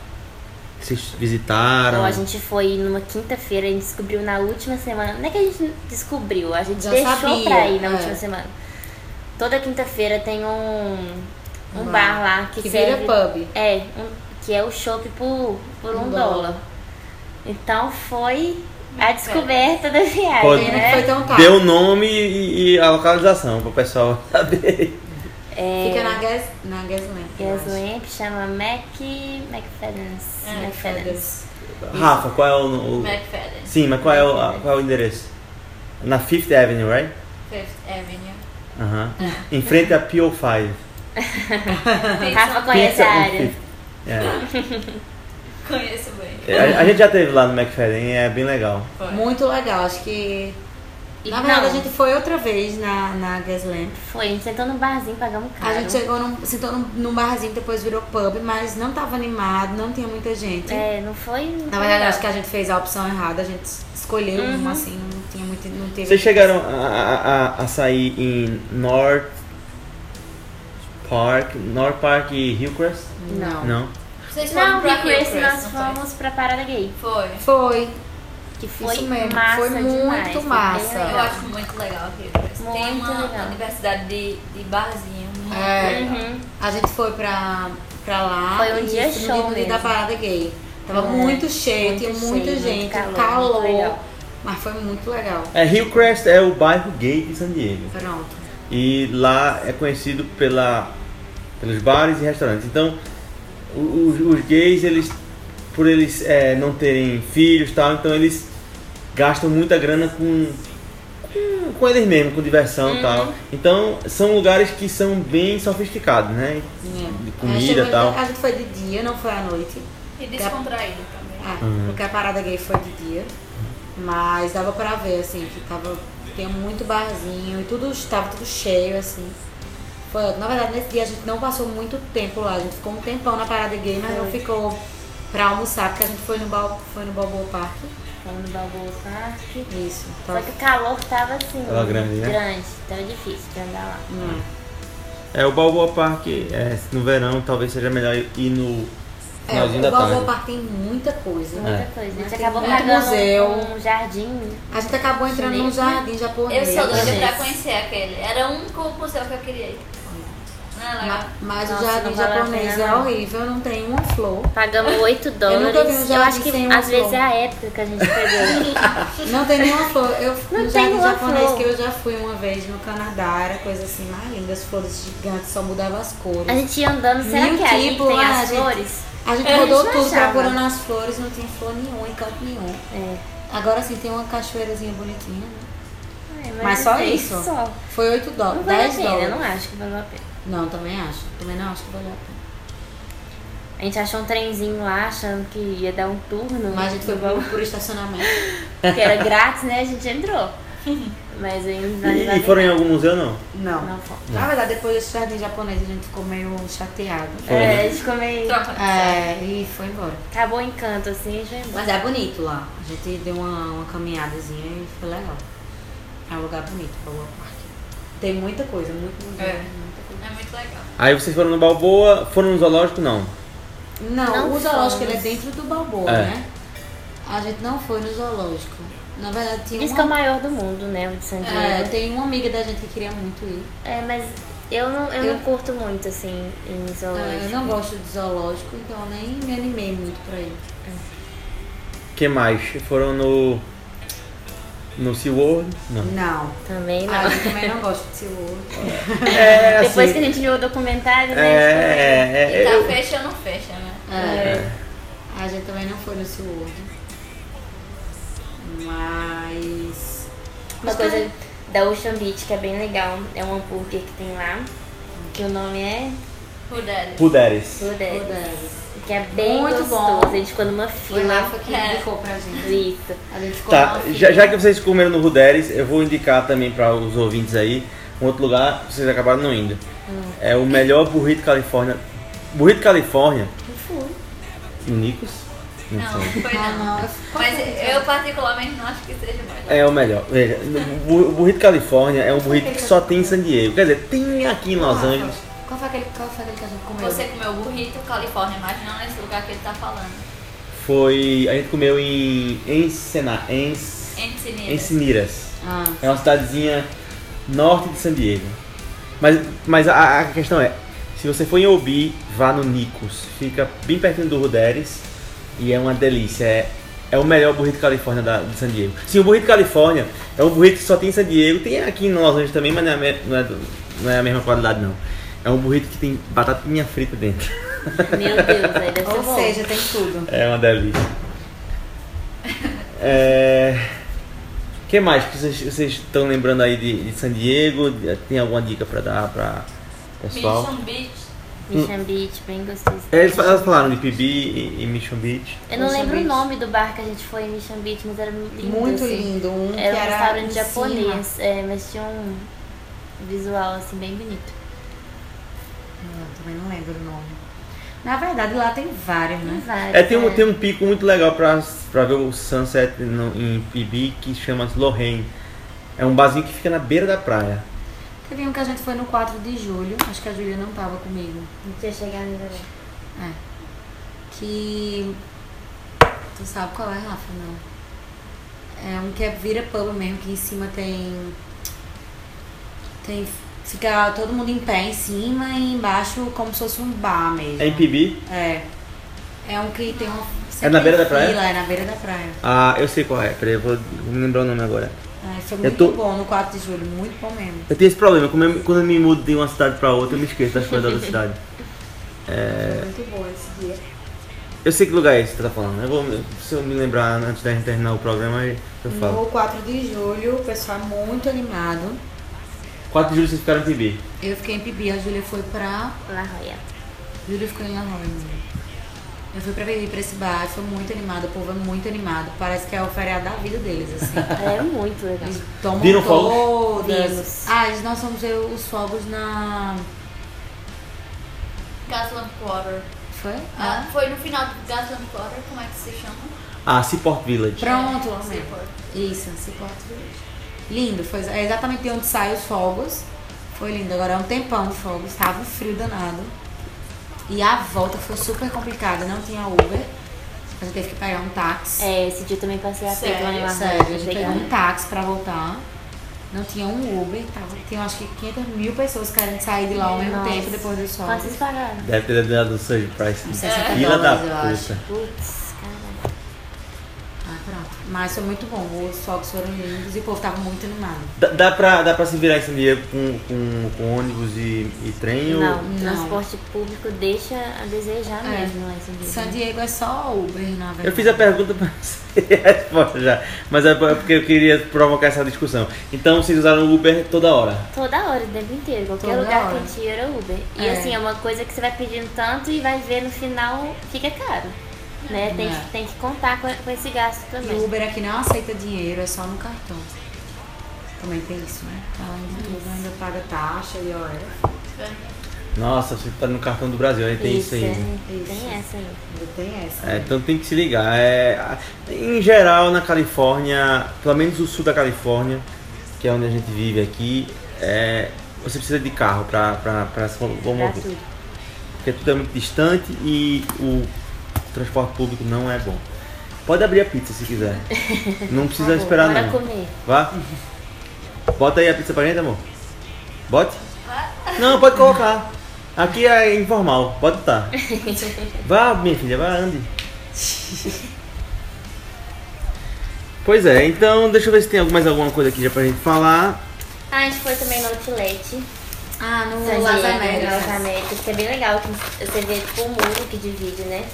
[SPEAKER 2] que vocês visitaram?
[SPEAKER 4] Bom, Então, a gente foi numa quinta-feira, a gente descobriu na última semana. Não é que a gente descobriu, a gente
[SPEAKER 3] Já
[SPEAKER 4] deixou
[SPEAKER 3] sabia,
[SPEAKER 4] pra ir na
[SPEAKER 3] é.
[SPEAKER 4] última semana. Toda quinta-feira tem um, um
[SPEAKER 3] Um
[SPEAKER 4] bar
[SPEAKER 3] bar.
[SPEAKER 4] lá que,
[SPEAKER 3] Que vira
[SPEAKER 4] serve,
[SPEAKER 3] pub.
[SPEAKER 4] É, um- que é o chopp por, por um,
[SPEAKER 3] Um
[SPEAKER 4] dólar.
[SPEAKER 3] dólar.
[SPEAKER 4] Então foi a descoberta da viagem,
[SPEAKER 2] Pode-
[SPEAKER 3] Pena
[SPEAKER 4] né?
[SPEAKER 3] que foi tão caro.
[SPEAKER 2] Dê o nome e, e a localização para o pessoal saber.
[SPEAKER 4] É,
[SPEAKER 3] Fica na Gas, na Gaslamp. eu acho.
[SPEAKER 4] Gaslamp chama Mac... McFadden's.
[SPEAKER 5] É,
[SPEAKER 4] McFadden's.
[SPEAKER 2] Rafa, qual é o. o-
[SPEAKER 5] McFadden,
[SPEAKER 2] Sim, mas qual é o, a- qual é o endereço? Na Fifth Avenue, right?
[SPEAKER 5] Fifth Avenue.
[SPEAKER 2] Aham.
[SPEAKER 4] É.
[SPEAKER 2] Em frente à PO5.
[SPEAKER 4] Tá Rafa conhece
[SPEAKER 2] Pizza
[SPEAKER 4] a
[SPEAKER 2] on
[SPEAKER 4] área.
[SPEAKER 2] Fifth. É.
[SPEAKER 5] Conheço bem.
[SPEAKER 2] É, A, a gente já teve lá no McFadden, é bem legal.
[SPEAKER 5] Foi.
[SPEAKER 3] Muito legal, acho que.
[SPEAKER 4] E
[SPEAKER 3] na verdade,
[SPEAKER 4] não.
[SPEAKER 3] a gente foi outra vez na, na Gaslamp.
[SPEAKER 4] Foi, a gente sentou num barzinho, pagamos
[SPEAKER 3] A
[SPEAKER 4] caro.
[SPEAKER 3] gente chegou num, sentou num, num barzinho, depois virou pub, mas não tava animado, não tinha muita gente.
[SPEAKER 4] É, não foi...
[SPEAKER 3] Na verdade, acho que a gente fez a opção errada, a gente escolheu
[SPEAKER 4] Uhum.
[SPEAKER 3] uma assim, não tinha muito. Não teve
[SPEAKER 2] Vocês chegaram a, a- a- a sair em North Park, North Park e Hillcrest?
[SPEAKER 3] assim.
[SPEAKER 4] Não.
[SPEAKER 2] Não.
[SPEAKER 5] Vocês foram
[SPEAKER 4] Não,
[SPEAKER 5] pra
[SPEAKER 4] Rick Race,
[SPEAKER 5] Hillcrest,
[SPEAKER 4] nós
[SPEAKER 5] não
[SPEAKER 4] fomos pra Parada Gay.
[SPEAKER 5] Foi. Foi.
[SPEAKER 3] Foi.
[SPEAKER 4] Que foi
[SPEAKER 3] Isso mesmo,
[SPEAKER 4] massa
[SPEAKER 3] foi muito
[SPEAKER 4] demais, foi bem
[SPEAKER 3] massa.
[SPEAKER 4] legal.
[SPEAKER 5] Eu acho muito legal o Hillcrest. Tem
[SPEAKER 4] Muito
[SPEAKER 5] uma
[SPEAKER 4] legal.
[SPEAKER 5] universidade de, de barzinho. muito
[SPEAKER 3] É.
[SPEAKER 5] legal.
[SPEAKER 4] Uhum.
[SPEAKER 3] A gente foi pra, pra lá.
[SPEAKER 4] Foi um
[SPEAKER 3] e
[SPEAKER 4] dia
[SPEAKER 3] foi
[SPEAKER 4] show
[SPEAKER 3] No dia
[SPEAKER 4] mesmo.
[SPEAKER 3] da parada gay. Tava
[SPEAKER 4] É,
[SPEAKER 3] muito cheio,
[SPEAKER 4] muito
[SPEAKER 3] tinha
[SPEAKER 4] cheio,
[SPEAKER 3] muita
[SPEAKER 4] muito
[SPEAKER 3] gente,
[SPEAKER 4] calor,
[SPEAKER 3] calor.
[SPEAKER 4] muito legal.
[SPEAKER 3] mas foi muito legal.
[SPEAKER 2] É, Hillcrest é o bairro gay de San Diego.
[SPEAKER 3] Pronto.
[SPEAKER 2] E lá é conhecido pela, pelos bares e restaurantes. Então, o- os, os gays, eles, por eles é, não terem filhos e tal, então eles gastam muita grana com, com, com eles mesmos, com diversão e
[SPEAKER 3] Uhum.
[SPEAKER 2] tal. Então, são lugares que são bem sofisticados, né?
[SPEAKER 3] É.
[SPEAKER 2] De
[SPEAKER 3] Aí
[SPEAKER 2] comida
[SPEAKER 3] chegou-
[SPEAKER 2] e tal.
[SPEAKER 3] A gente foi de dia, não foi à noite.
[SPEAKER 4] Uhum.
[SPEAKER 5] E descontraído também.
[SPEAKER 3] Ah, Porque a parada gay foi de dia. Mas dava pra ver, assim, que tava. Tinha muito barzinho e tudo estava tudo cheio, assim. Foi, ótimo. na verdade, nesse dia a gente não passou muito tempo lá. A gente ficou um tempão na parada gay, mas não ficou pra almoçar, porque a gente foi no, Bal, foi no Balboa Park.
[SPEAKER 4] Fomos no Balboa Park.
[SPEAKER 3] Isso.
[SPEAKER 4] Só
[SPEAKER 3] Tava,
[SPEAKER 4] que o calor tava assim...
[SPEAKER 2] Tava grande, né?
[SPEAKER 4] Grande, tava difícil de andar lá.
[SPEAKER 3] Hum.
[SPEAKER 2] É, o Balboa Park, é, no verão, talvez seja melhor ir no
[SPEAKER 3] É,
[SPEAKER 2] finalzinho
[SPEAKER 3] o
[SPEAKER 2] da
[SPEAKER 3] Balboa
[SPEAKER 2] tarde.
[SPEAKER 3] Park tem muita coisa.
[SPEAKER 4] Muita coisa. A
[SPEAKER 3] Mas
[SPEAKER 4] gente
[SPEAKER 3] É. tem
[SPEAKER 4] acabou
[SPEAKER 3] muito
[SPEAKER 4] pagando
[SPEAKER 3] museu.
[SPEAKER 4] um jardim.
[SPEAKER 3] A gente acabou entrando num
[SPEAKER 4] Chinês, né?
[SPEAKER 3] jardim
[SPEAKER 5] Eu
[SPEAKER 3] japonês.
[SPEAKER 5] sou doida
[SPEAKER 4] Japonês.
[SPEAKER 3] Uhum.
[SPEAKER 5] pra conhecer aquele. Era o único museu que eu queria ir. Não é legal?
[SPEAKER 3] Ma- Mas
[SPEAKER 4] Nossa,
[SPEAKER 3] o
[SPEAKER 4] não
[SPEAKER 3] jardim
[SPEAKER 4] vale a
[SPEAKER 3] japonês
[SPEAKER 4] pena,
[SPEAKER 3] é
[SPEAKER 4] não.
[SPEAKER 3] horrível, não tem uma flor.
[SPEAKER 4] Pagamos 8
[SPEAKER 3] Eu
[SPEAKER 4] dólares.
[SPEAKER 3] nunca vi um
[SPEAKER 4] Eu
[SPEAKER 3] jardim
[SPEAKER 4] acho que
[SPEAKER 3] sem um
[SPEAKER 4] às vezes
[SPEAKER 3] flor.
[SPEAKER 4] é a época que a gente pegou.
[SPEAKER 3] Não tem nenhuma flor. Eu
[SPEAKER 4] Não
[SPEAKER 3] no
[SPEAKER 4] tem
[SPEAKER 3] jardim
[SPEAKER 4] nenhuma
[SPEAKER 3] japonês
[SPEAKER 4] flor.
[SPEAKER 3] que eu já fui uma vez no Canadá, era coisa assim mais linda, as flores gigantes, só mudava as cores.
[SPEAKER 4] a gente ia andando, será
[SPEAKER 3] Mil
[SPEAKER 4] que é ali que
[SPEAKER 3] tipo,
[SPEAKER 4] tem
[SPEAKER 3] ah,
[SPEAKER 4] as
[SPEAKER 3] gente.
[SPEAKER 4] flores?
[SPEAKER 3] A gente
[SPEAKER 4] a gente
[SPEAKER 3] rodou
[SPEAKER 4] não
[SPEAKER 3] tudo
[SPEAKER 4] achava.
[SPEAKER 3] procurando as flores, não tinha flor nenhuma em canto nenhum.
[SPEAKER 4] É.
[SPEAKER 3] Agora sim tem uma cachoeirazinha bonitinha, né?
[SPEAKER 4] Ai,
[SPEAKER 3] Mas só
[SPEAKER 4] é
[SPEAKER 3] isso?
[SPEAKER 4] Só.
[SPEAKER 3] Foi 8
[SPEAKER 4] Não
[SPEAKER 3] dólares,
[SPEAKER 4] vale a
[SPEAKER 3] 10
[SPEAKER 4] pena, eu
[SPEAKER 3] dólares.
[SPEAKER 4] não é? acho que valeu a pena.
[SPEAKER 3] Não, também acho. Também não acho que valeu a pena.
[SPEAKER 4] A gente achou um trenzinho lá, achando que ia dar um turno.
[SPEAKER 3] Mas a gente foi
[SPEAKER 4] bom.
[SPEAKER 3] por, por estacionamento.
[SPEAKER 4] Porque era grátis, né? A gente entrou. Mas ainda
[SPEAKER 2] E,
[SPEAKER 4] ainda
[SPEAKER 2] e foram em algum museu, não?
[SPEAKER 3] Não.
[SPEAKER 4] Não foram.
[SPEAKER 3] Na verdade, depois desse jardim japonês a gente ficou meio chateado.
[SPEAKER 2] Foram,
[SPEAKER 4] É,
[SPEAKER 2] né?
[SPEAKER 4] a gente ficou meio...
[SPEAKER 5] Troca.
[SPEAKER 3] É, e foi embora.
[SPEAKER 4] Acabou o encanto, assim, e já ia embora.
[SPEAKER 3] Mas é bonito lá. A gente deu uma, uma caminhadazinha e foi legal. É um lugar bonito pra Lua Park. Tem muita coisa, muito museu,
[SPEAKER 5] É.
[SPEAKER 3] muita coisa.
[SPEAKER 5] É muito legal.
[SPEAKER 2] Aí vocês foram no Balboa, foram no zoológico, não.
[SPEAKER 3] Não,
[SPEAKER 4] Não
[SPEAKER 3] o zoológico ele
[SPEAKER 4] fomos.
[SPEAKER 3] é dentro do Balboa,
[SPEAKER 2] É.
[SPEAKER 3] né? A gente não foi no zoológico. Na verdade, tinha
[SPEAKER 4] Diz que é o
[SPEAKER 3] uma,
[SPEAKER 4] maior do mundo, né, o de San Diego.
[SPEAKER 3] é, tem uma amiga da gente que queria muito ir.
[SPEAKER 4] É, mas eu não, eu,
[SPEAKER 3] Eu-
[SPEAKER 4] não curto muito, assim, em
[SPEAKER 3] É,
[SPEAKER 4] zoológico.
[SPEAKER 3] eu não gosto de zoológico, então eu nem me animei muito pra ir.
[SPEAKER 2] que mais? Foram no. No SeaWorld? Não.
[SPEAKER 3] Não.
[SPEAKER 4] Também não.
[SPEAKER 3] Ah, eu também não gosto de SeaWorld.
[SPEAKER 2] É,
[SPEAKER 4] Depois que a gente viu o documentário,
[SPEAKER 2] É,
[SPEAKER 4] né, a gente
[SPEAKER 2] é, é,
[SPEAKER 5] E tá
[SPEAKER 2] eu-
[SPEAKER 5] fecha ou não fecha, né?
[SPEAKER 3] É. A gente também não foi no SeaWorld. Mas...
[SPEAKER 4] ficou- tipo, Uma coisa da Ocean Beach que é bem legal. É um hambúrguer que tem lá, que o nome é
[SPEAKER 5] Puder.
[SPEAKER 2] é, Puderes.
[SPEAKER 4] Rudé.
[SPEAKER 3] Pudesse.
[SPEAKER 4] Que é bem
[SPEAKER 3] Muito
[SPEAKER 4] gostoso.
[SPEAKER 3] bom.
[SPEAKER 4] A gente ficou numa
[SPEAKER 3] Foi lá
[SPEAKER 4] fila.
[SPEAKER 3] foi que
[SPEAKER 5] É.
[SPEAKER 3] indicou pra gente.
[SPEAKER 4] Isso.
[SPEAKER 3] A gente ficou
[SPEAKER 2] Tá,
[SPEAKER 3] numa
[SPEAKER 2] já,
[SPEAKER 3] fila.
[SPEAKER 2] já que vocês comeram no Ruderes, eu vou indicar também para os ouvintes aí um outro lugar que vocês acabaram não indo.
[SPEAKER 4] Hum.
[SPEAKER 2] É o melhor burrito Califórnia. Burrito Califórnia. Em Nicos? Não
[SPEAKER 5] Não,
[SPEAKER 2] sei.
[SPEAKER 5] foi
[SPEAKER 3] Ah,
[SPEAKER 5] não.
[SPEAKER 3] não. eu-
[SPEAKER 5] Mas eu particularmente não acho que seja mais.
[SPEAKER 2] É o melhor. Veja, o burrito Califórnia é um burrito que só tem em San Diego. Quer dizer, tem aqui em Los Angeles.
[SPEAKER 3] Qual foi aquele, qual foi aquele que a gente comeu?
[SPEAKER 5] Você comeu burrito Califórnia, mas não nesse lugar que ele tá falando.
[SPEAKER 2] Foi. A gente comeu em Encena, Ens,
[SPEAKER 5] Ensinei.
[SPEAKER 2] Enciniras.
[SPEAKER 3] Ah,
[SPEAKER 2] É uma cidadezinha norte de San Diego. Mas, mas a, a questão é, se você for em Obi, vá no Nicos. Fica bem pertinho do Ruderes e é uma delícia. É, é o melhor burrito Califórnia da, de San Diego. Sim, o burrito Califórnia é um burrito que só tem em San Diego. Tem aqui em Los Angeles também, mas não é, a me- não é, do- não é a mesma qualidade não. É um burrito que tem batatinha frita dentro.
[SPEAKER 4] Meu Deus, aí deve ser
[SPEAKER 3] ou
[SPEAKER 4] é bom.
[SPEAKER 3] seja, tem tudo.
[SPEAKER 2] É uma delícia. É... O que mais que vocês- vocês estão lembrando aí de, de San Diego? De- Tem alguma dica pra dar pra pessoal?
[SPEAKER 5] Mission Beach.
[SPEAKER 4] Mission Beach, bem gostoso.
[SPEAKER 2] É, Eles, fa- elas falaram de PB e, e Mission Beach.
[SPEAKER 4] Eu não
[SPEAKER 3] Mission
[SPEAKER 4] lembro o
[SPEAKER 3] Beach.
[SPEAKER 4] nome do bar que a gente foi em Mission Beach, mas era lindo,
[SPEAKER 3] Muito
[SPEAKER 4] assim.
[SPEAKER 3] lindo. Um
[SPEAKER 4] Era um
[SPEAKER 3] que era
[SPEAKER 4] restaurante
[SPEAKER 3] em cima.
[SPEAKER 4] japonês, é, mas tinha um visual assim bem bonito.
[SPEAKER 3] Não, Ah, também não lembro o nome. Na verdade, lá tem vários,
[SPEAKER 4] Tem
[SPEAKER 3] né?
[SPEAKER 4] vários,
[SPEAKER 2] É, tem, um,
[SPEAKER 4] né?
[SPEAKER 2] tem um pico muito legal pra, pra ver o sunset no- em PB que chama Lorraine. É um barzinho que fica na beira da praia.
[SPEAKER 3] Teve um que a gente foi no 4 de julho. Acho que a Júlia não tava comigo.
[SPEAKER 4] Não tinha chegado ainda. não.
[SPEAKER 3] É. Que. Tu sabe qual é, Rafa? Não. É um que é vira pub mesmo, que em cima tem. Tem. Fica todo mundo em pé em cima e embaixo como se fosse um bar mesmo.
[SPEAKER 2] É em PB?
[SPEAKER 3] É. É um que tem uma.
[SPEAKER 2] É na beira da
[SPEAKER 3] fila,
[SPEAKER 2] praia?
[SPEAKER 3] É na beira da praia.
[SPEAKER 2] Ah, eu sei qual é. Peraí, eu vou, vou me lembrar o nome agora.
[SPEAKER 3] É, foi
[SPEAKER 2] Eu
[SPEAKER 3] muito
[SPEAKER 2] tô-
[SPEAKER 3] bom no 4 de julho, muito bom mesmo.
[SPEAKER 2] Eu tenho esse problema, como eu- quando eu me mudo de uma cidade pra outra, eu me esqueço das coisas da outra cidade. É,
[SPEAKER 3] Foi muito bom esse dia.
[SPEAKER 2] Eu sei que lugar é esse que você tá falando. Eu vou, se eu me lembrar antes da gente terminar o programa, eu falo.
[SPEAKER 3] No 4 de julho, o pessoal é muito animado.
[SPEAKER 2] 4 de julho vocês ficaram em PB.
[SPEAKER 3] Eu fiquei em Pibi, a Júlia foi pra
[SPEAKER 4] La Roya.
[SPEAKER 3] Júlia ficou em La Roya. Eu fui pra viver pra esse bar, foi muito animado, o povo é muito animado. Parece que é o feriado da vida deles, assim.
[SPEAKER 4] É muito legal.
[SPEAKER 3] Eles tomam
[SPEAKER 2] Viram fogos?
[SPEAKER 3] todas.
[SPEAKER 4] Vimos.
[SPEAKER 3] Ah, eles- nós fomos ver os fogos na.
[SPEAKER 5] Gaslamp Quarter.
[SPEAKER 3] Foi?
[SPEAKER 5] Ah, foi no final do Gaslamp Quarter, como é que se chama? É,
[SPEAKER 2] Ah, Seaport Village.
[SPEAKER 3] Pronto, lá mesmo.
[SPEAKER 5] Seaport.
[SPEAKER 3] Isso, Cipota Village. Lindo, foi é exatamente de onde saem os fogos. Foi lindo, agora é um tempão de fogos, tava um frio danado. E a volta foi super complicada, não tinha Uber. A gente teve que pegar um táxi.
[SPEAKER 4] É, esse dia eu também passei a
[SPEAKER 5] Sério,
[SPEAKER 4] peito lá em La
[SPEAKER 3] Sério, a
[SPEAKER 4] Roya.
[SPEAKER 3] gente
[SPEAKER 4] pegar
[SPEAKER 3] pegou um
[SPEAKER 4] um-
[SPEAKER 3] táxi pra voltar. Não tinha um Uber, tava, tinha acho que 500 mil pessoas querendo sair de lá ao mesmo
[SPEAKER 4] Nossa.
[SPEAKER 3] tempo depois dos fogos.
[SPEAKER 4] Quanto vocês pagaram?
[SPEAKER 2] Deve ter dado um o Surge Price.
[SPEAKER 3] Uns 60
[SPEAKER 2] Vila da
[SPEAKER 3] dólares, É, eu acho.
[SPEAKER 2] puta.
[SPEAKER 4] Putz, caralho.
[SPEAKER 3] Ah, pronto. Mas foi muito bom, os fogos foram lindos e o povo tava muito animado.
[SPEAKER 2] Dá, dá, pra, dá pra se virar em San Diego com, com, com ônibus e, e trem? ou-
[SPEAKER 4] Não,
[SPEAKER 3] Não.
[SPEAKER 4] transporte público deixa a desejar
[SPEAKER 3] É.
[SPEAKER 4] mesmo lá em San Diego. né?
[SPEAKER 3] San Diego é só Uber, na verdade.
[SPEAKER 2] Eu fiz a pergunta pra você e a resposta já. Mas é porque eu queria provocar essa discussão. Então vocês usaram o Uber toda hora.
[SPEAKER 4] Toda hora, o tempo inteiro. Qualquer
[SPEAKER 3] Toda
[SPEAKER 4] lugar
[SPEAKER 3] hora.
[SPEAKER 4] que a gente ia era Uber. E
[SPEAKER 3] É.
[SPEAKER 4] assim, é uma coisa que você vai pedindo tanto e vai ver no final fica caro. Né? Tem,
[SPEAKER 3] É.
[SPEAKER 4] que, tem que contar com, com esse gasto
[SPEAKER 3] E
[SPEAKER 4] também.
[SPEAKER 3] o Uber aqui não aceita dinheiro, é só no cartão.
[SPEAKER 6] Também tem isso, né?
[SPEAKER 3] Além de tudo.
[SPEAKER 6] Tudo ainda paga taxa e hora.
[SPEAKER 2] Nossa, você tá no cartão do Brasil, aí tem isso, aí.
[SPEAKER 4] é.
[SPEAKER 2] né?
[SPEAKER 6] Isso.
[SPEAKER 4] Tem essa aí.
[SPEAKER 6] Ainda tem essa.
[SPEAKER 3] né?
[SPEAKER 2] É, então tem que se ligar. É, a- em geral, na Califórnia, pelo menos o sul da Califórnia, que é onde a gente vive aqui, é, você precisa de carro pra, pra, pra se locomover.
[SPEAKER 4] tudo.
[SPEAKER 2] Porque tudo é muito distante e o transporte público não é bom. Pode abrir a pizza se quiser. Não precisa esperar
[SPEAKER 4] Bora
[SPEAKER 2] não.
[SPEAKER 4] comer.
[SPEAKER 2] Vá. Bota aí a pizza pra gente, amor. Bote? Não, pode colocar. Aqui é informal, pode estar. Vá, minha filha, vá, ande. Pois é, então deixa eu ver se tem mais alguma coisa aqui já pra gente falar.
[SPEAKER 4] Ah, a gente foi também no Outlet.
[SPEAKER 3] Ah, no
[SPEAKER 4] San
[SPEAKER 3] Las
[SPEAKER 4] Diego, Las
[SPEAKER 3] Américas.
[SPEAKER 4] Américas, que é bem legal, que você vê tipo o muro que divide, né?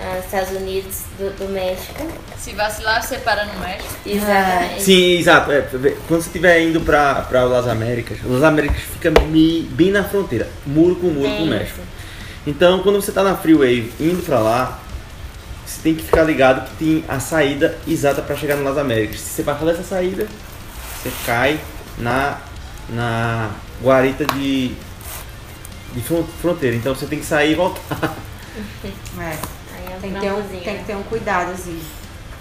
[SPEAKER 4] Ah, Estados Unidos do, do México.
[SPEAKER 5] Se vacilar, você para no México. tá
[SPEAKER 3] É.
[SPEAKER 4] é Exatamente.
[SPEAKER 2] Sim, exato. é, vê, quando você estiver indo pra, pra Las Américas, Las Américas fica mi- bem na fronteira, muro com muro com o
[SPEAKER 4] Bem.
[SPEAKER 2] México. Então, quando você tá na freeway indo pra lá, você tem que ficar ligado que tem a saída exata pra chegar no Las Américas. Se você passar dessa saída, você cai na, na guarita de, de fron- fronteira. Então, você tem que sair e voltar.
[SPEAKER 3] É.
[SPEAKER 4] Aí é
[SPEAKER 3] Tem que, ter um,
[SPEAKER 4] bronzinho,
[SPEAKER 3] tem que ter um cuidadozinho.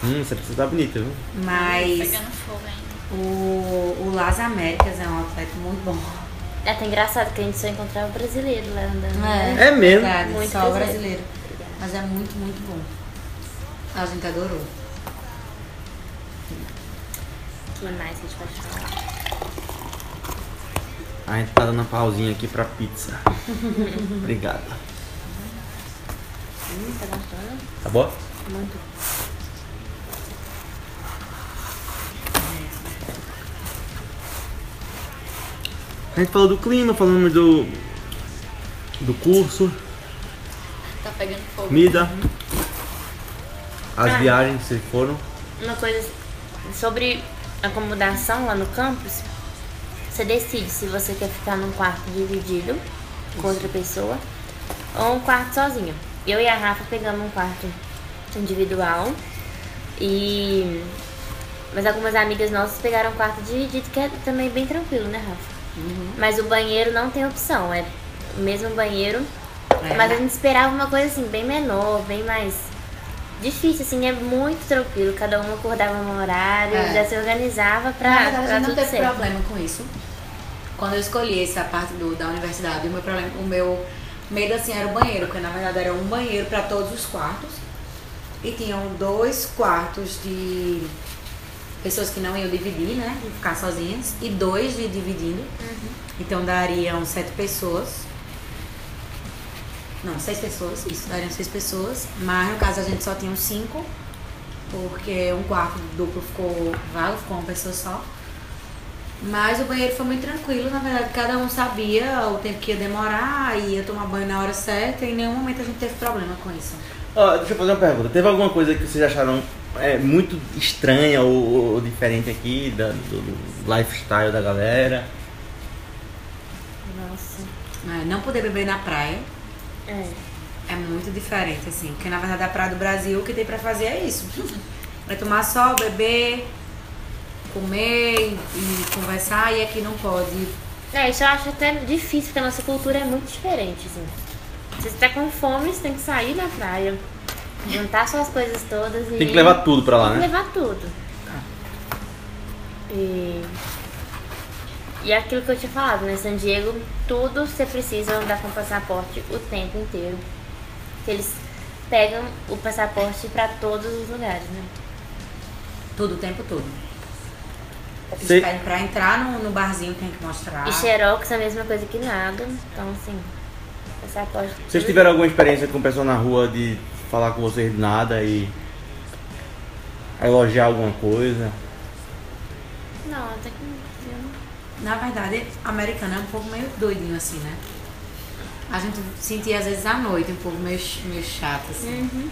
[SPEAKER 2] Hum, você precisa estar bonita, viu?
[SPEAKER 3] Mas
[SPEAKER 5] Pegando fogo ainda.
[SPEAKER 3] o, o Las Américas é um atleta muito bom.
[SPEAKER 4] É até engraçado que a gente só encontrava brasileiro lá andando. né?
[SPEAKER 2] É mesmo.
[SPEAKER 3] Verdade,
[SPEAKER 4] Muito
[SPEAKER 3] só
[SPEAKER 4] brasileiro.
[SPEAKER 3] brasileiro. Mas é muito, muito bom. A gente adorou.
[SPEAKER 4] que mais que a gente pode falar?
[SPEAKER 2] A gente tá dando uma pausinha aqui pra pizza. Obrigado.
[SPEAKER 4] Hum, tá gostando?
[SPEAKER 2] Tá bom?
[SPEAKER 4] Muito.
[SPEAKER 2] A gente falou do clima, falamos do. do curso,
[SPEAKER 5] Tá pegando fogo.
[SPEAKER 2] comida, as viagens que vocês foram.
[SPEAKER 4] Uma coisa sobre acomodação lá no campus, você decide se você quer ficar num quarto dividido com outra pessoa ou um quarto sozinho. Eu e a Rafa pegamos um quarto individual e mas algumas amigas nossas pegaram um quarto dividido que é também bem tranquilo, né, Rafa? Mas o banheiro não tem opção, é o mesmo banheiro.
[SPEAKER 3] É.
[SPEAKER 4] Mas a gente esperava uma coisa assim, bem menor, bem mais difícil, assim, é muito tranquilo. Cada um acordava no horário,
[SPEAKER 3] É.
[SPEAKER 4] já se organizava pra,
[SPEAKER 3] Na verdade, a
[SPEAKER 4] pra
[SPEAKER 3] gente não
[SPEAKER 4] tudo
[SPEAKER 3] teve
[SPEAKER 4] certo.
[SPEAKER 3] problema com isso. Quando eu escolhi essa parte do, da universidade, o meu problema, o meu medo assim era o banheiro, porque na verdade era um banheiro para todos os quartos. E tinham dois quartos de pessoas que não iam dividir, né? Iam ficar sozinhas. E dois de dividindo.
[SPEAKER 4] Uhum.
[SPEAKER 3] Então dariam sete pessoas. Não, seis pessoas, isso, dariam seis pessoas. Mas no caso a gente só tinha cinco, porque um quarto duplo ficou vago, ficou uma pessoa só. Mas o banheiro foi muito tranquilo, na verdade, cada um sabia o tempo que ia demorar, ia tomar banho na hora certa, e em nenhum momento a gente teve problema com isso.
[SPEAKER 2] Ó, deixa eu fazer uma pergunta. Teve alguma coisa que vocês acharam é, muito estranha ou, ou diferente aqui da- do, do lifestyle da galera?
[SPEAKER 4] Nossa.
[SPEAKER 3] É, Não poder beber na praia
[SPEAKER 4] É.
[SPEAKER 3] é muito diferente, assim, porque na verdade a praia do Brasil o que tem pra fazer é isso. É tomar sol, beber, comer e conversar, e aqui não pode.
[SPEAKER 4] É, isso eu acho até difícil, porque a nossa cultura é muito diferente, assim. Se você tá com fome, você tem que sair na praia, juntar suas coisas todas e...
[SPEAKER 2] Tem que levar tudo pra lá,
[SPEAKER 4] Tem
[SPEAKER 2] né?
[SPEAKER 4] que levar tudo. E... E é aquilo que eu tinha falado, né? San Diego, tudo você precisa andar com passaporte o tempo inteiro. Porque eles pegam o passaporte pra todos os lugares, né?
[SPEAKER 3] Tudo o tempo todo. Eles
[SPEAKER 2] Sei.
[SPEAKER 3] pedem pra entrar no, no barzinho tem que mostrar.
[SPEAKER 4] E xerox é a mesma coisa que nada. Então, assim, passaporte...
[SPEAKER 2] Vocês
[SPEAKER 4] tudo-
[SPEAKER 2] tiveram alguma experiência com pessoa na rua de falar com vocês de nada e elogiar alguma coisa?
[SPEAKER 4] Não, até que... não.
[SPEAKER 3] Na verdade, americano é um povo meio doidinho assim, né? A gente sentia às vezes à noite um povo meio, ch- meio chato, assim.
[SPEAKER 4] Uhum.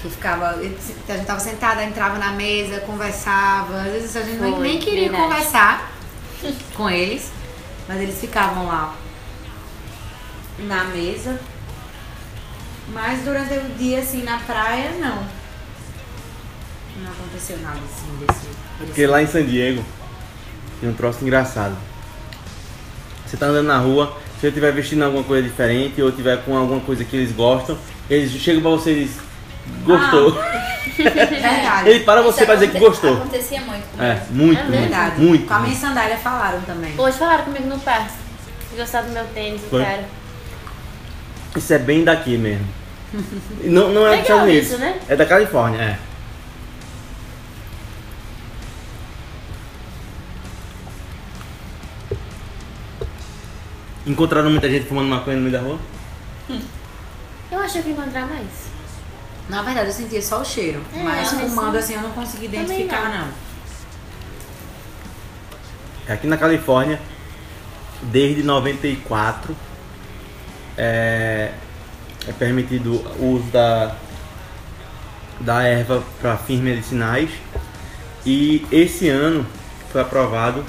[SPEAKER 3] Que ficava. A gente tava sentada, entrava na mesa, conversava. Às vezes a gente nem-
[SPEAKER 4] Foi,
[SPEAKER 3] nem queria
[SPEAKER 4] verdade.
[SPEAKER 3] conversar com eles, mas eles ficavam lá na mesa. Mas durante o dia, assim, na praia, não.
[SPEAKER 7] Não aconteceu nada assim desse. desse-
[SPEAKER 2] Porque lá em San Diego tem um troço engraçado. Você tá andando na rua, se ele tiver vestindo alguma coisa diferente ou tiver com alguma coisa que eles gostam, eles chegam pra você e dizem, gostou.
[SPEAKER 3] Ah,
[SPEAKER 7] Verdade.
[SPEAKER 2] ele para
[SPEAKER 5] é
[SPEAKER 2] você pra dizer que gostou.
[SPEAKER 5] Acontecia muito. comigo.
[SPEAKER 2] É, muito,
[SPEAKER 4] É
[SPEAKER 2] muito,
[SPEAKER 7] Verdade.
[SPEAKER 2] muito.
[SPEAKER 7] Com a minha sandália falaram também.
[SPEAKER 4] Hoje falaram comigo no parque. Gostaram do meu tênis, o
[SPEAKER 2] Foi?
[SPEAKER 4] cara.
[SPEAKER 2] Isso é bem daqui mesmo. E não, não é dos
[SPEAKER 4] Legal
[SPEAKER 2] Estados Unidos,
[SPEAKER 4] isso, né?
[SPEAKER 2] é da Califórnia, é. Encontraram muita gente fumando maconha no meio da rua?
[SPEAKER 4] Eu achei que ia encontrar mais.
[SPEAKER 7] Na verdade, eu sentia só o cheiro.
[SPEAKER 4] É,
[SPEAKER 7] mas
[SPEAKER 4] mas
[SPEAKER 7] fumando
[SPEAKER 4] sim.
[SPEAKER 7] assim, eu não consegui
[SPEAKER 4] Também
[SPEAKER 7] identificar,
[SPEAKER 4] não.
[SPEAKER 7] não.
[SPEAKER 2] É Aqui na Califórnia, desde 94, é, é permitido o uso da, da erva para fins medicinais. E esse ano foi aprovado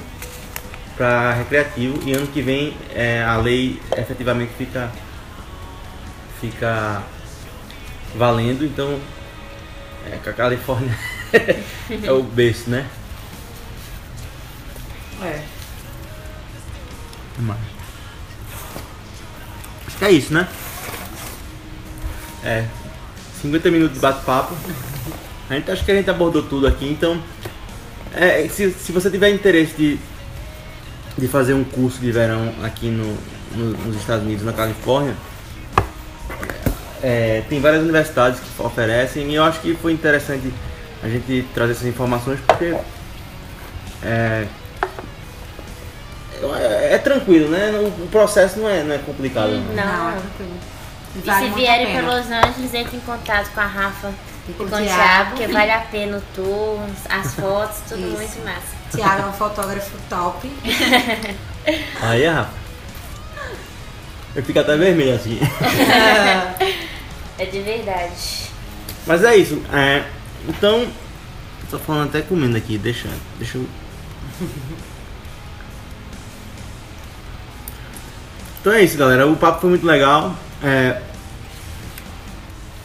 [SPEAKER 2] para recreativo e ano que vem é, a lei efetivamente fica, fica valendo. Então, é, que a Califórnia é o berço, né?
[SPEAKER 7] É.
[SPEAKER 2] Demais. Acho que é isso, né? É. 50 minutos de bate-papo. A gente acho que a gente abordou tudo aqui, então. é, se, se você tiver interesse de, de fazer um curso de verão aqui no, no- nos Estados Unidos, na Califórnia, é, tem várias universidades que oferecem e eu acho que foi interessante a gente trazer essas informações porque é, é, é tranquilo, né? O, o processo não é, não é complicado. não.
[SPEAKER 7] Não,
[SPEAKER 4] Não.
[SPEAKER 7] é tranquilo.
[SPEAKER 4] E
[SPEAKER 7] Vale
[SPEAKER 4] se
[SPEAKER 7] muito a
[SPEAKER 4] vierem
[SPEAKER 7] pena.
[SPEAKER 4] para Los Angeles, entre em contato com a Rafa e com o
[SPEAKER 7] Thiago.
[SPEAKER 4] Thiago, que vale a pena o tour, as fotos, tudo
[SPEAKER 7] Isso.
[SPEAKER 4] muito massa.
[SPEAKER 7] Tiago é um fotógrafo top.
[SPEAKER 2] Aí, Rafa. Eu fico até vermelho assim.
[SPEAKER 4] É de verdade.
[SPEAKER 2] Mas é isso. É, então. Tô falando até comendo aqui, deixa. Deixa eu. Então é isso, galera. O papo foi muito legal. É,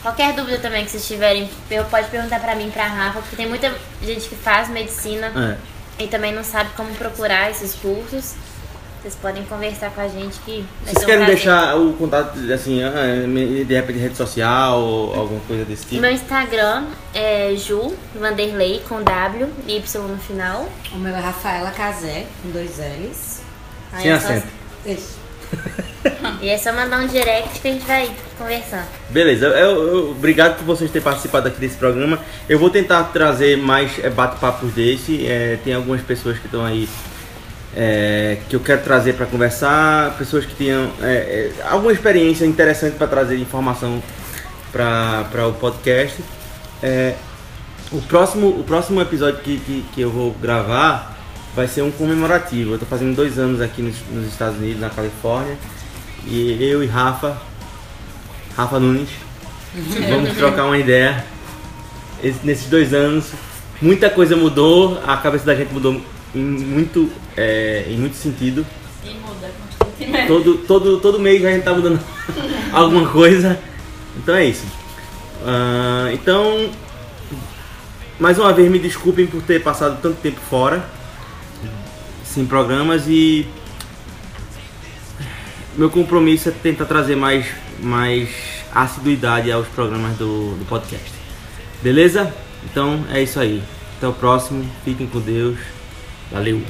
[SPEAKER 4] Qualquer dúvida também que vocês tiverem, eu- pode perguntar pra mim, pra Rafa, porque tem muita gente que faz medicina
[SPEAKER 2] é,
[SPEAKER 4] e também não sabe como procurar esses cursos. Vocês podem conversar com a gente que vai ser
[SPEAKER 2] Vocês
[SPEAKER 4] um
[SPEAKER 2] querem
[SPEAKER 4] prazer.
[SPEAKER 2] deixar o contato, assim, ah, de repente rede social ou alguma coisa desse tipo?
[SPEAKER 4] Meu Instagram é Ju Vanderlei com W, Y no final.
[SPEAKER 7] O meu é Rafaela Casé, com dois L's.
[SPEAKER 4] Aí
[SPEAKER 2] Sem
[SPEAKER 4] é só-
[SPEAKER 2] acento.
[SPEAKER 7] Ixi,
[SPEAKER 4] E é só mandar um direct que a gente vai conversando.
[SPEAKER 2] Beleza, eu- eu- obrigado por vocês terem participado aqui desse programa. Eu vou tentar trazer mais eh, bate-papos desse. eh, tem algumas pessoas que estão aí eh, que eu quero trazer para conversar, pessoas que tenham eh, eh, alguma experiência interessante para trazer informação para o podcast. Eh, o, próximo, o próximo episódio que, que, que eu vou gravar vai ser um comemorativo. Eu estou fazendo dois anos aqui nos, nos Estados Unidos, na Califórnia, e eu e Rafa Rafa Nunes. Vamos trocar uma ideia. Esse- nesses dois anos, muita coisa mudou, a cabeça da gente mudou em muito, é, em muito sentido.
[SPEAKER 5] E muda constantemente.
[SPEAKER 2] Todo, todo, todo mês a gente tá mudando alguma coisa. Então é isso. Ah, então, mais uma vez, me desculpem por ter passado tanto tempo fora, sem programas e. Meu compromisso é tentar trazer mais, mais assiduidade aos programas do, do podcast. Beleza? Então é isso aí. Até o próximo. Fiquem com Deus. Valeu!